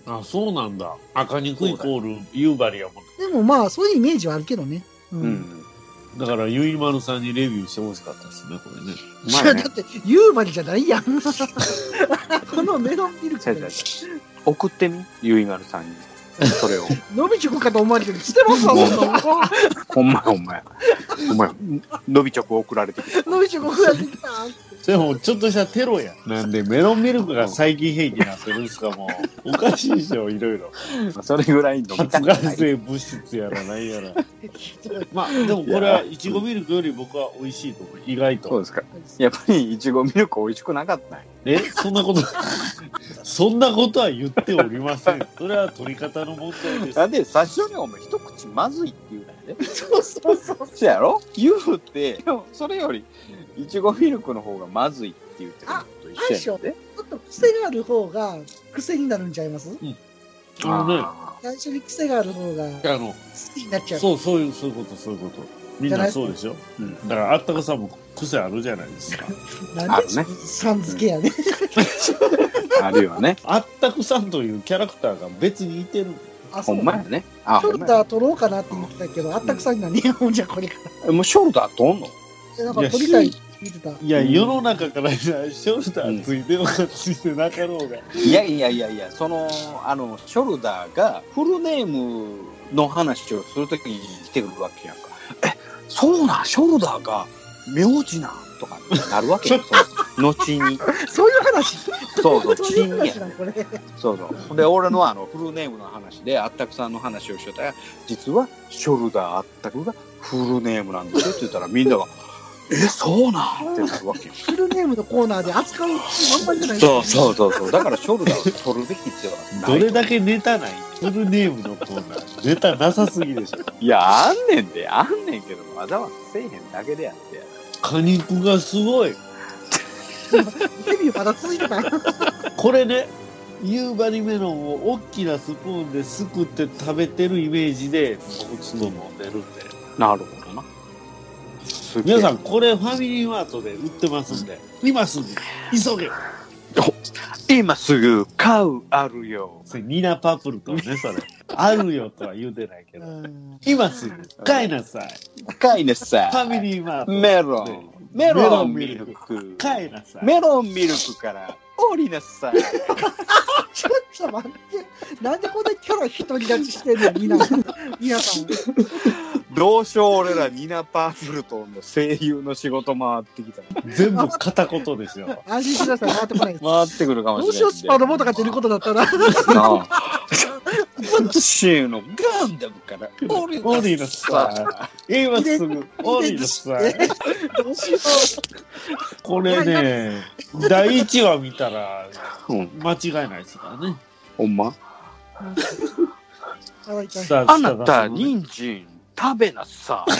S1: あそうなんだ赤肉イコール夕張やもん
S2: でもまあ、そういうイメージはあるけどね。うん。
S3: うん。
S1: だからゆいまるさんにレビューしてほしかったですねこれね
S2: い
S3: ま
S2: や
S3: あね
S2: だ、って、夕張じゃない
S3: (laughs)
S2: やん。このメロンミルク
S3: 違う違う違う送ってみ、ゆいまるさんに。そ (laughs) れを。
S2: 伸びちょこかと思われてる。してますわ、そんなもん
S3: ほんまやほんまや。ほんまや。伸び直送られてきた。
S2: 伸びちょこ増やしてきた。
S1: それもうちょっとしたテロやなんでメロンミルクが最近兵器になってるんですかもうおかしいでしょいろいろ
S3: それぐらい伸び
S1: 発
S3: たく
S1: が
S3: ない。
S1: 性物質やらないやらまあでもこれはいちごミルクより僕は美味しいと思う意外と
S3: そうですか。やっぱり、いちごミルク美味しくなかったんや
S1: えそんなこと (laughs) そんなことは言っておりませんそれは取り方の問題です
S3: なんで、最初にお前、一口まずいって言うなんで。そうそうそう。そやろ言うって、でもそれより、いちごミルクの方がまずいって言ってるのと一緒やねんで。
S2: ちょっと癖がある方が癖になるんちゃいます
S1: あのね
S3: あ
S2: 最初に癖がある方が好
S1: あの
S2: きになっちゃう。
S1: そうそういうそういうことそういうことみんなそうでしょ
S3: ーうん
S1: だからあったかさも癖あるじゃないですか
S2: なんで
S3: あるね
S2: さん付けやね。
S3: あるよね。
S1: あったくさんというキャラクターが別にいてる
S2: あ、
S3: ほんまやね。あ、
S2: ショ
S3: ほ
S2: ル
S3: んま
S2: ダー
S3: や。
S2: 取ろうかなって言ってたけど、あったくさんに何やもんじゃ、これから。
S3: もうショルダーとんの
S2: でなんか取りたいって言ってた。
S1: いや、
S3: うん
S1: 世の中からショルダーついてようがついてなかろうが、
S3: いやいやいやいや、その、あの、ショルダーがフルネームの話をするときに来てくるわけやんか。え、そうなん、ショルダーが名字なんとかなるわ
S2: (laughs)
S3: けやん、その後に。
S2: そういう話。
S3: そ
S2: (laughs)
S3: うそう、
S2: そうい
S3: チ
S2: う
S3: ンや
S2: 話なん、これ。
S3: そうそう。で、俺のあの、フルネームの話で、あったくさんの話をしてたら、実は、ショルダーあったくがフルネームなんですよって言ったら、みんなが、え、そうなんってなる
S2: (laughs)
S3: わけやん。
S2: フルネームのコーナーで扱うまんまじゃない
S3: そう
S2: う。
S3: そうそうそう。だから、ショルダーを取るべきってはな
S1: ど
S3: い。
S1: れだけネタないフルネームのコーナー、ネタなさすぎでしょ。
S3: いや、あんねんで、あんねんけど、わざわざせえへんだけでやってやる。
S1: 果肉がすごい。
S2: デビューまだ続いてた。
S1: これね夕張メロンを大きなスプーンですくって食べてるイメージで僕つども飲んでるんで
S3: なるほどな。すげえ
S1: 皆さん、これファミリーマートで売ってますんで今すぐ急げ
S3: 今すぐ買うあるよ。
S1: それニナパープルとねそれあるよとは言うてないけ
S2: う
S1: ど
S2: ん
S1: 今すぐ買いなさい
S3: 高いねさ
S1: フ。ァミリーマート
S3: メロン。メロンミルク。
S1: 買いなさい
S3: メロンミルクから降りなさい。
S2: ちょっと待って。なんでこんなキャラ独り立ちしてんのみんな。皆さん。
S3: どうしよう俺らニナ・パープルトンの声優の仕事回ってきた。
S1: 全部片言ですよ
S2: 安心してください。回ってこないです。
S3: 回ってくるかも
S2: どう
S3: し
S2: し
S3: れ
S2: よ
S3: な
S2: う、
S3: い。
S2: スパロボとか出ることだったら。
S3: な (laughs) あ。私のガンダムから降り
S1: (laughs) オーディ
S3: な
S1: の
S3: さい。
S1: さ今すぐオーディのさ
S2: どうしよ
S1: これね第1話見たら
S3: うん、
S1: 間違いないですからね
S3: ほんま
S2: う。あいたい
S1: さ
S3: あなた、人参食べなさい。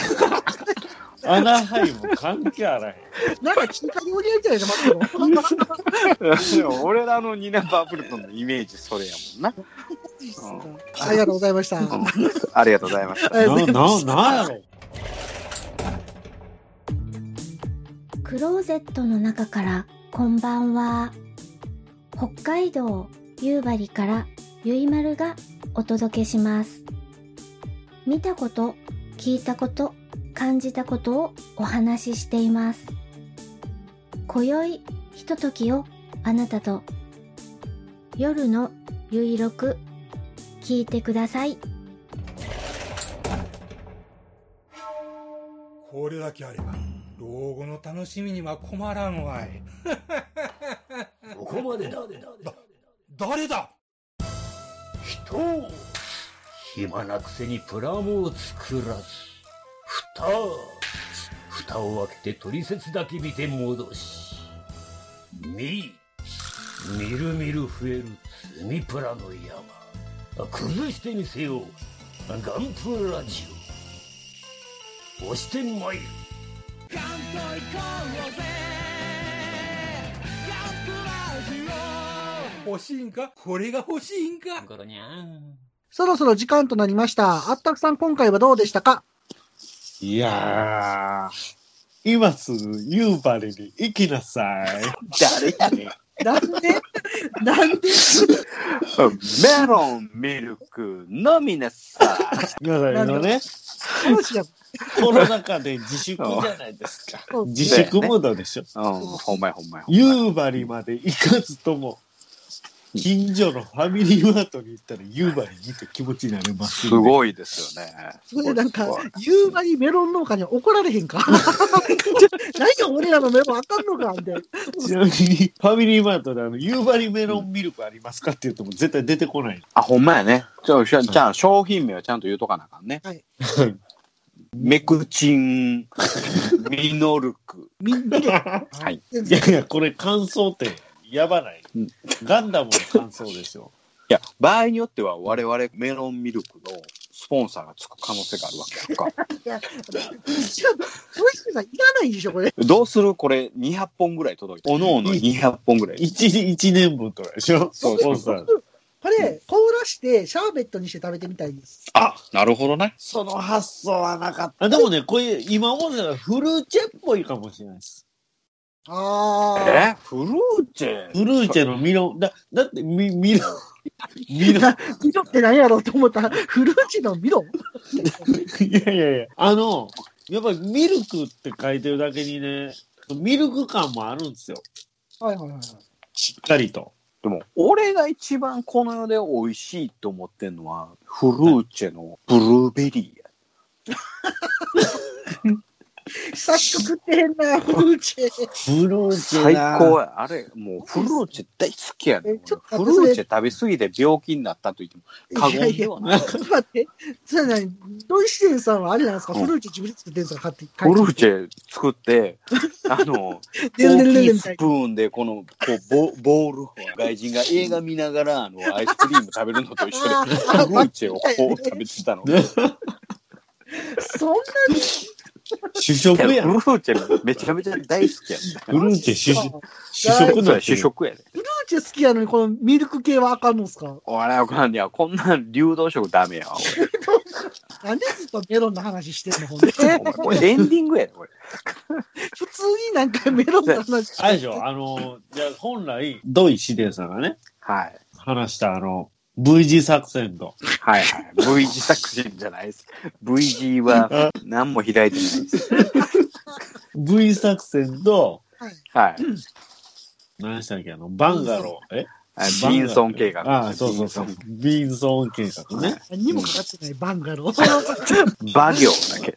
S1: アナハイも関係あらへん。
S2: なんか中華料理屋みたいなの待ってろ。
S3: で (laughs) も俺らのニナ・パープルトンのイメージ、それやもんな。
S2: ありがとうございました。
S3: ありがとうございました。
S2: ありがとうございました
S1: な、な、なんやろ
S6: クローゼットの中からこんばんは北海道夕張からゆいまるがお届けします見たこと聞いたこと感じたことをお話ししています今宵ひとときをあなたと夜のゆいろく聞いてください
S5: これだけあれば老後の楽しみには困らんわい
S7: ここまでだ
S5: 誰だ
S7: 人を暇なくせにプラモを作らず蓋蓋を開けて取説だけ見て戻し見みるみる増える積みプラの山崩してみせようガンプラジオ押してまいる
S5: 欲しいんかこれが欲しいんか
S2: そろそろ時間となりました。あったくさん、今回はどうでしたか
S1: いやー、今すぐ夕張に行きなさい。
S3: 誰やねん。
S2: なんでなんで
S3: メロン、ミルク、飲みな (laughs) さ
S1: (laughs) 皆さん今ね、
S2: 話じゃん
S1: コロナ禍で自粛じゃないです (laughs) か。自粛ムードでしょ。
S3: い。うん、ほんまやほんまや。
S1: 夕張まで行かずとも、近所のファミリーマートに行ったら夕張にって気持ちになれます、
S3: す
S1: い。
S3: ごいですよね。
S2: それなんか
S3: すごいす、
S2: 夕張メロン農家には怒られへん
S3: (laughs)
S2: か何よ、俺らのメロンあかんのかって。
S1: ちなみに、ファミリーマートであの、夕張メロンミルクありますかって言っても絶対出てこない。
S3: あ、ほんまやね。ちょ、ちゃちゃん、商品名はちゃんと言うとかなあかんね。
S2: はい。
S3: メクチン、ミノルク。
S2: みんなで、
S3: はい。
S1: いやいや、これ感想ってやばない
S3: うん。
S1: ガンダムの感想でしょ。
S3: いや、場合によっては我々メロンミルクのスポンサーがつく可能性があるわけやんか。
S2: ちょっと、小石さん、いらないでしょ、これ。
S3: どうするこれ200本ぐらい届いて。おのおの200本ぐらい。
S1: 一一年分とかでしょ
S3: そうそう
S1: スポンサー
S2: これ、凍らして、シャーベットにして食べてみたいです。
S3: あ、なるほどね。
S1: その発想はなかった。あでもね、これ、今思ったらフルーチェっぽいかもしれないです。
S2: あ
S3: えフルーチェ
S1: フルーチェのミロン、だ、だってミ、ミロン、ミロン、
S2: ー。ミロって何やろうと思ったら、フルーチのミロ
S1: (laughs) いやいやいや、あの、やっぱりミルクって書いてるだけにね、ミルク感もあるんですよ。
S2: はいはいはい。
S1: しっかりと。
S3: でも、俺が一番この世で美味しいと思ってるのは、フルーチェのブルーベリーや。
S2: 久しく食ってへん (laughs) な、フルーチェ。
S1: フルーチェ
S3: 最
S1: な
S3: 高や。あれ、もうフルーチェ大好きやねん
S2: えちょっと
S3: 俺フルーチェ食べ過ぎて病気になったと言っても過
S2: いや
S3: 言
S2: いや
S3: で、はない。
S2: ちょっと待って。それなに、ドイシエンさんはあれなんですか、
S3: う
S2: フ
S3: ん
S2: ルーチェ自分で作ってるんですか、買って。
S3: フルーチェ作
S1: (laughs)
S3: って、あの、
S2: でんでんでん
S3: 大き
S2: でん
S3: い
S2: みた
S3: ス
S2: い
S3: プーンで、この、こう、ボボールを、外人が映画見ながら、あの、アイスクリーム食べるのと一
S1: (laughs)
S3: 緒で、
S2: あ
S3: フルーチェをこう食べてたの。いや
S2: な。そんなに
S1: 主
S3: フ
S1: 食
S3: ル
S1: やん。
S3: ーチェめちゃめちゃ大好きやね
S1: フルーチェ主食。主食な
S2: 大
S3: そうんや
S1: て
S3: 主
S1: る。
S3: 食やで。
S2: フルーチェ好きやのに、このミルク系はあかんのですか
S3: 俺はかんには、こんなん流動食ダメやわ。
S2: なんでずっとメロンの話してんの、 (laughs) ほんで
S3: お前これエンディングやで、これ。
S2: 普通になんかメロンの話して
S1: あれでしょあの、じゃあ本来、ドイシデンさんがね、
S3: はい。
S1: 話したあの、V 字作戦と。
S3: はいはい。V 字作戦じゃないです。V 字は何も開いてないです。
S1: V 作戦と、
S3: はい。
S1: 何でしたっけあの、バンガロー。え
S3: あビンソン計画。
S1: ああ、そうそうそう
S3: ビンソ。
S1: ビンソン計画ね。
S2: 何にもかかってないバンガロー。
S3: ン。バ行だけ。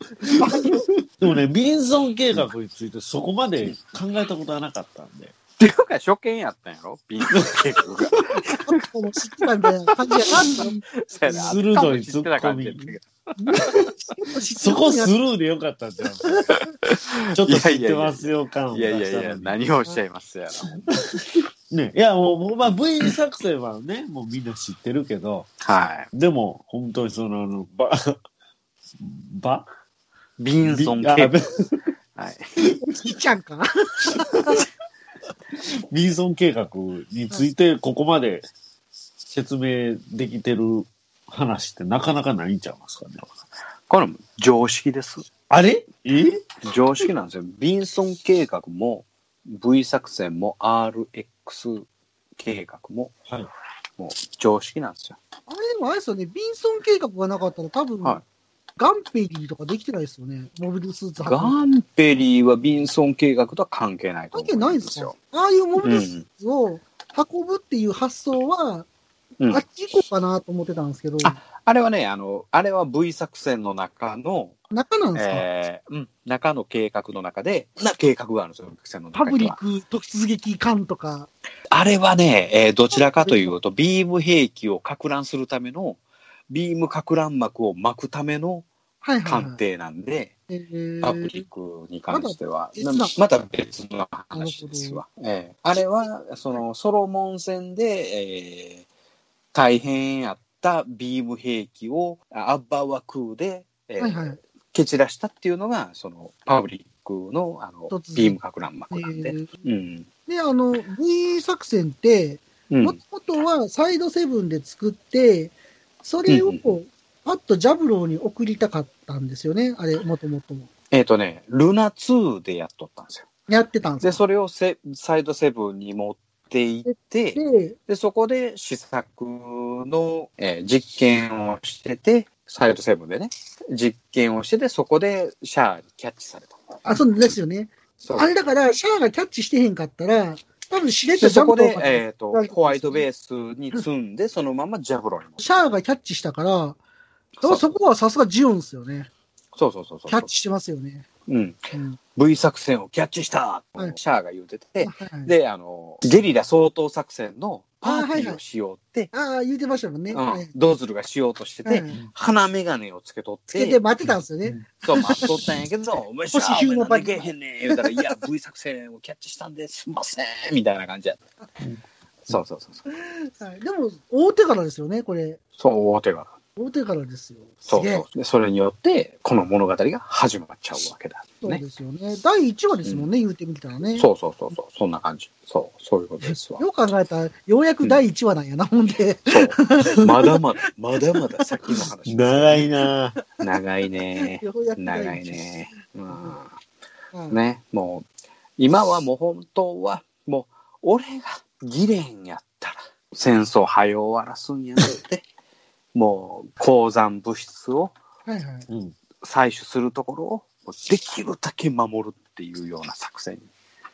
S1: でもね、ビンソン計画についてそこまで考えたことはなかったんで。
S3: っていうか、初見やったんやろビンソン計画が。
S2: (laughs) もう知ってたみたいな感 (laughs) じやな。
S3: そうやな
S1: 鋭いツッコミ。そこスルーでよかったん
S3: (laughs)
S1: じゃん。ちょっと知ってますよ感を
S3: い
S1: 出
S3: や
S1: したのに。
S3: いやいや、何をおっしゃいますや
S1: ね、いや、もう、もうまあ、V 字作戦はね、もうみんな知ってるけど、
S3: ら。はい。
S1: でも、本当にその、あの、ば、 (laughs) ば
S3: ビンソン計
S1: あ (laughs)
S3: 画。はい。
S2: いいちゃんか。
S1: ビンソン計画について、ここまで説明できてる話ってなかなかないんちゃいますかね。
S3: これも常識です。
S1: あれえ
S3: 常識なんですよ。ビンソン計画も V 作戦も RX 計画も、
S1: はい
S3: もう常識なんですよ。
S2: あれでもあれですよね、ビンソン計画がなかったら多分、
S3: は
S2: ガンペリーとかできてないですよね。モビルスーツ
S3: ガ
S2: 履く
S3: ンペリーはビンソン計画とは関係ないと
S2: 関
S3: 思
S2: 係ないんですかああいうモビルスーツを運ぶっていう発想は、
S3: うん
S2: あっち行こうかなと思ってたんですけど、
S3: あれはね、あの、あれは V 作戦の中の、
S2: 中なんですか、
S3: えーうん、中の計画の中で、な計画があるんですよ、作戦の
S2: パ
S3: 中
S2: ブ
S3: に
S2: リ
S3: は。
S2: ック突撃艦とか、
S3: あれはね、えーどちらかというと、ビーム兵器を撹乱するための、ビーム撹乱幕を巻くための
S2: はいはい、は
S3: 艦
S2: い。
S3: 艇なんで、
S2: えー
S3: パブリックに関しては、
S2: えー
S3: な
S2: ま
S3: ま
S2: だ
S3: た別の話ですわ。ええあれは、その、ソロモン戦で、えー大変やったビーム兵器をあアッバーワクーで、えー
S2: はいはい
S3: 蹴散らしたっていうのが、その、パブリックの、あの
S2: 突、然
S3: ビーム撹乱
S2: え
S3: 幕なんで。
S2: ー
S3: うん。
S2: で、あの、V 作戦って、
S3: うん
S2: もともとはサイドセブンで作って、それを
S3: うんう
S2: パッとジャブローに送りたかったんですよね、あれ、もともと。
S3: えっ、とね、ルナ2でやっとったんですよ。
S2: やってたんで
S3: で、
S2: すよ
S3: それをセサイドセブンに持っていって、
S2: で、
S3: で、そこで試作の、えー実験をしてて、サイドセブンでね、実験をしてて、そこでシャアにキャッチされた。
S2: あ、そうですよね。
S3: そう
S2: あれだから、シャアがキャッチしてへんかったら、多分しれっと
S3: で、
S2: ジャ
S3: そ
S2: ブ
S3: こ
S2: ロー
S3: で
S2: が、
S3: えっ、と、ホワイトベースに積んで、そのままジャブロに。
S2: シャアがキャッチしたから、
S3: そう
S2: そこはさすがジオンですよね。
S3: そうそうそうそう。
S2: キャッチしてますよね。
S3: うん。
S2: うん。
S3: V 作戦をキャッチした、
S2: はい
S3: シャアが言うてて、
S2: はい、
S3: で、あの、ゲリラ総統作戦のパーティーをしようって、
S2: ああ、言うてましたもんね。は
S3: う
S2: い
S3: ん、ドズルがしようとしてて、
S2: はい
S3: 鼻眼鏡をつけとっ
S2: つけ
S3: て、
S2: て待ってたんですよね。
S3: そう、待っとったんやけど、お前しゃ
S2: 星
S3: あ、
S2: ヒ
S3: お
S2: ュー
S3: 前
S2: の
S3: な
S2: バ
S3: ん
S2: リ
S3: でいけへんねん言うたら、いや、V 作戦をキャッチしたんですんませんみたいな感じやった。そうそうそうそう。
S2: はい、でも、大手からですよね、これ。
S3: そう、大手が。
S2: 大手からですよ。
S3: そう
S2: すげえ
S3: そう。で、それによって、この物語が始まっちゃうわけだ。
S2: そう
S3: ね。
S2: ですよね。第1話ですもんね、言うてみたらね。
S3: そうそうそうそう。そんな感じ。そう、そういうことですわ。
S2: よく考えたら、ようやく第1話なんやな、ほんで。
S3: そう。まだまだ、まだまだ先の話。
S1: (laughs) 長いなぁ
S3: 長
S2: (laughs)
S3: いね。
S2: ようやく第一
S3: 長い。ね。うん。
S2: はい
S3: ね、もう、今はもう本当は、もう、俺がギレンやったら、戦争早う終わらすんやなって、 (laughs) もう、鉱山物質を
S2: はいはい。
S1: うん。
S3: 採取するところを、もうできるだけ守るっていうような作戦に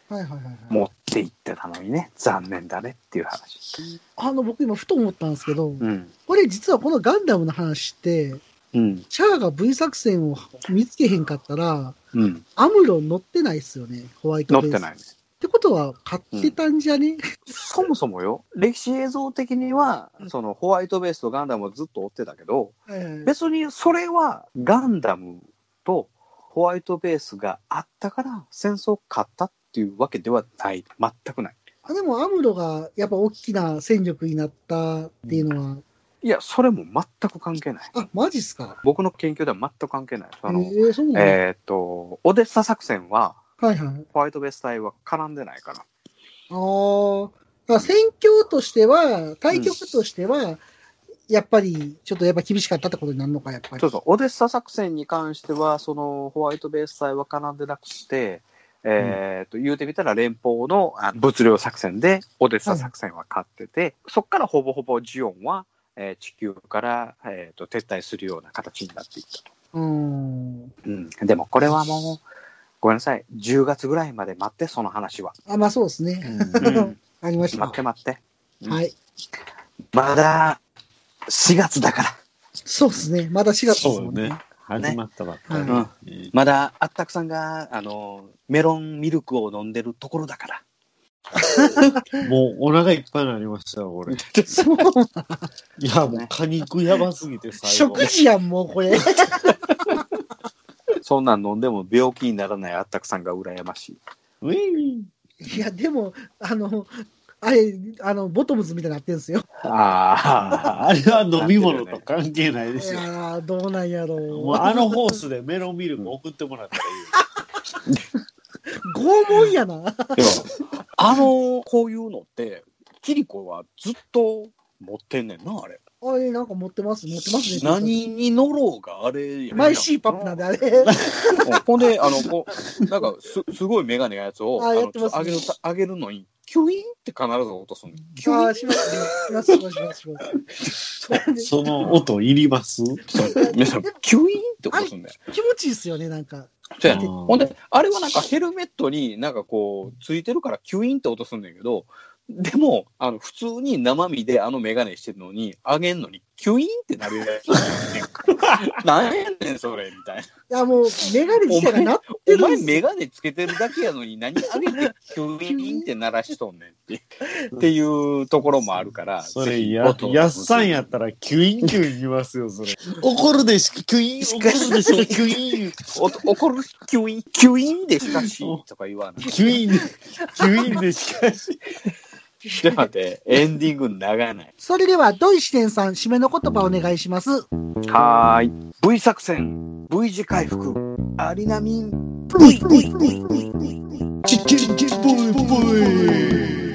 S2: はいはいはいはい。
S3: 持っていってたのにね、残念だねっていう話。
S2: あの、僕今ふと思ったんですけど、
S3: うん。
S2: これ実はこのガンダムの話って、
S3: うん。
S2: チャアが V 作戦を見つけへんかったら、
S3: うん。
S2: アムロン乗ってないっすよね、ホワイト
S3: 乗っ
S2: ベース。
S3: てない
S2: っ
S3: ね。
S2: てことは、買ってたんじゃね、
S3: そもそもよ、歴史映像的には、そのホワイトベースとガンダムをずっと追ってたけど、
S2: はいはい
S3: 別にそれはガンダムとホワイトベースがあったから戦争を勝ったっていうわけではない全くない
S2: あでも、アムロがやっぱ大きな戦力になったっていうのは、
S3: いやそれも全く関係ない
S2: あ、マジっすか。
S3: 僕の研究では全く関係ない
S2: え
S3: あの、
S2: ー、そうなんだ、
S3: えーっとオデッサ作戦は
S2: はいはい。
S3: ホワイトベース隊は絡んでないか
S2: あ
S3: ら
S2: あ、だから戦況としては、対局としては、やっぱり、ちょっとやっぱ厳しかったってことになるのか、やっぱり。
S3: そうそうオデッサ作戦に関してはそのホワイトベース隊は絡んでなくてえーっと言うてみたら連邦のあ物量作戦でオデッサ作戦は勝ってて、そこからほぼほぼジオンは、えー地球から、えー、と撤退するような形になっていったと、
S2: うーん。
S3: うん、でもこれはもうごめんなさい10月ぐらいまで待ってその話は、
S2: あ、まあそうですね。
S3: うんん、
S2: ありました
S3: 待っ。て待ってうん
S2: はい。
S3: まだ4月だから
S2: そうですね。まだ4月です
S1: そ
S2: も
S1: うん
S2: ね。
S1: ね。始まったばっかり
S2: は
S1: えー。
S3: まだあったくさんがあのメロンミルクを飲んでるところだから
S1: もうお腹いっぱいになりましたよ、これ。い
S2: そう
S1: や、もう果肉やばすぎて最後
S2: 食。事やん、もうこれ。
S3: そんなん飲んでも病気にならないあったくさんが羨ましい。
S1: ウィーン
S2: いや、でも、あの、あれ、あの、ボトムズみたいになってんすよ。
S3: あ
S1: あれは飲み物と関係ない
S2: い
S1: ですよ。
S2: やー、どうなんやろ
S1: も
S2: う。
S1: うあのホースでメロンミルク送ってもらったらいいよ。
S2: 拷問やな。
S3: あ。でも、あの、こういうのって、キリコはずっと持ってんねんな、あれ。
S2: あれ、なんか持ってます、持ってますね。
S3: 何に乗ろうがあれやん
S2: マイシーパップなんで、あれ。
S3: うんほんで、あの、こう、なんかす、すごいメガネのやつを、
S2: あ
S3: の
S2: やってますね
S3: ちょっと上げる、上げるのに、キュイーンって必ず落とすの。キュイー
S2: あ
S3: ン
S2: あ、しますね。します、します、しますします。
S1: その音いります
S3: 皆さん、キュイーンって落とすんだよ。
S2: 気持ちいいっすよね、なんか。
S3: そうやね
S1: あー
S3: ほんで、あれはなんかヘルメットになんかこう、ついてるからキュイーンって落とすんだけど、でも、あの、普通に生身であのメガネしてるのに、あげんのに、キュイーンってなるやつ。なんやねん、それ、みたい
S2: いや、もう、メガネ自体がなって
S3: な。お
S2: るんで
S3: 前
S2: すよ
S3: メガネつけてるだけやのに、何あげて、キュイーンって鳴らしとんねんって。っていうところもあるから。
S1: そ
S3: ぜ
S1: れ
S3: ひ
S1: や、
S3: 音を
S1: やっさんやったら、キュインキュイン言いますよ、それ。怒るでし、キュイン、怒るでし、キュイン。
S3: お怒る、キュイーン、キュイーンでしかし、とか言わない。 (laughs)
S1: キュイン、キュインでしかし。
S3: ちょっと待って、エンディング長ない。
S2: それでは、ドイシテンさん、締めの言葉お願いします。
S3: はーい。V 作戦、V 字回復、アリナミン、
S1: キュイン、キュイン、ボイ、ボイ。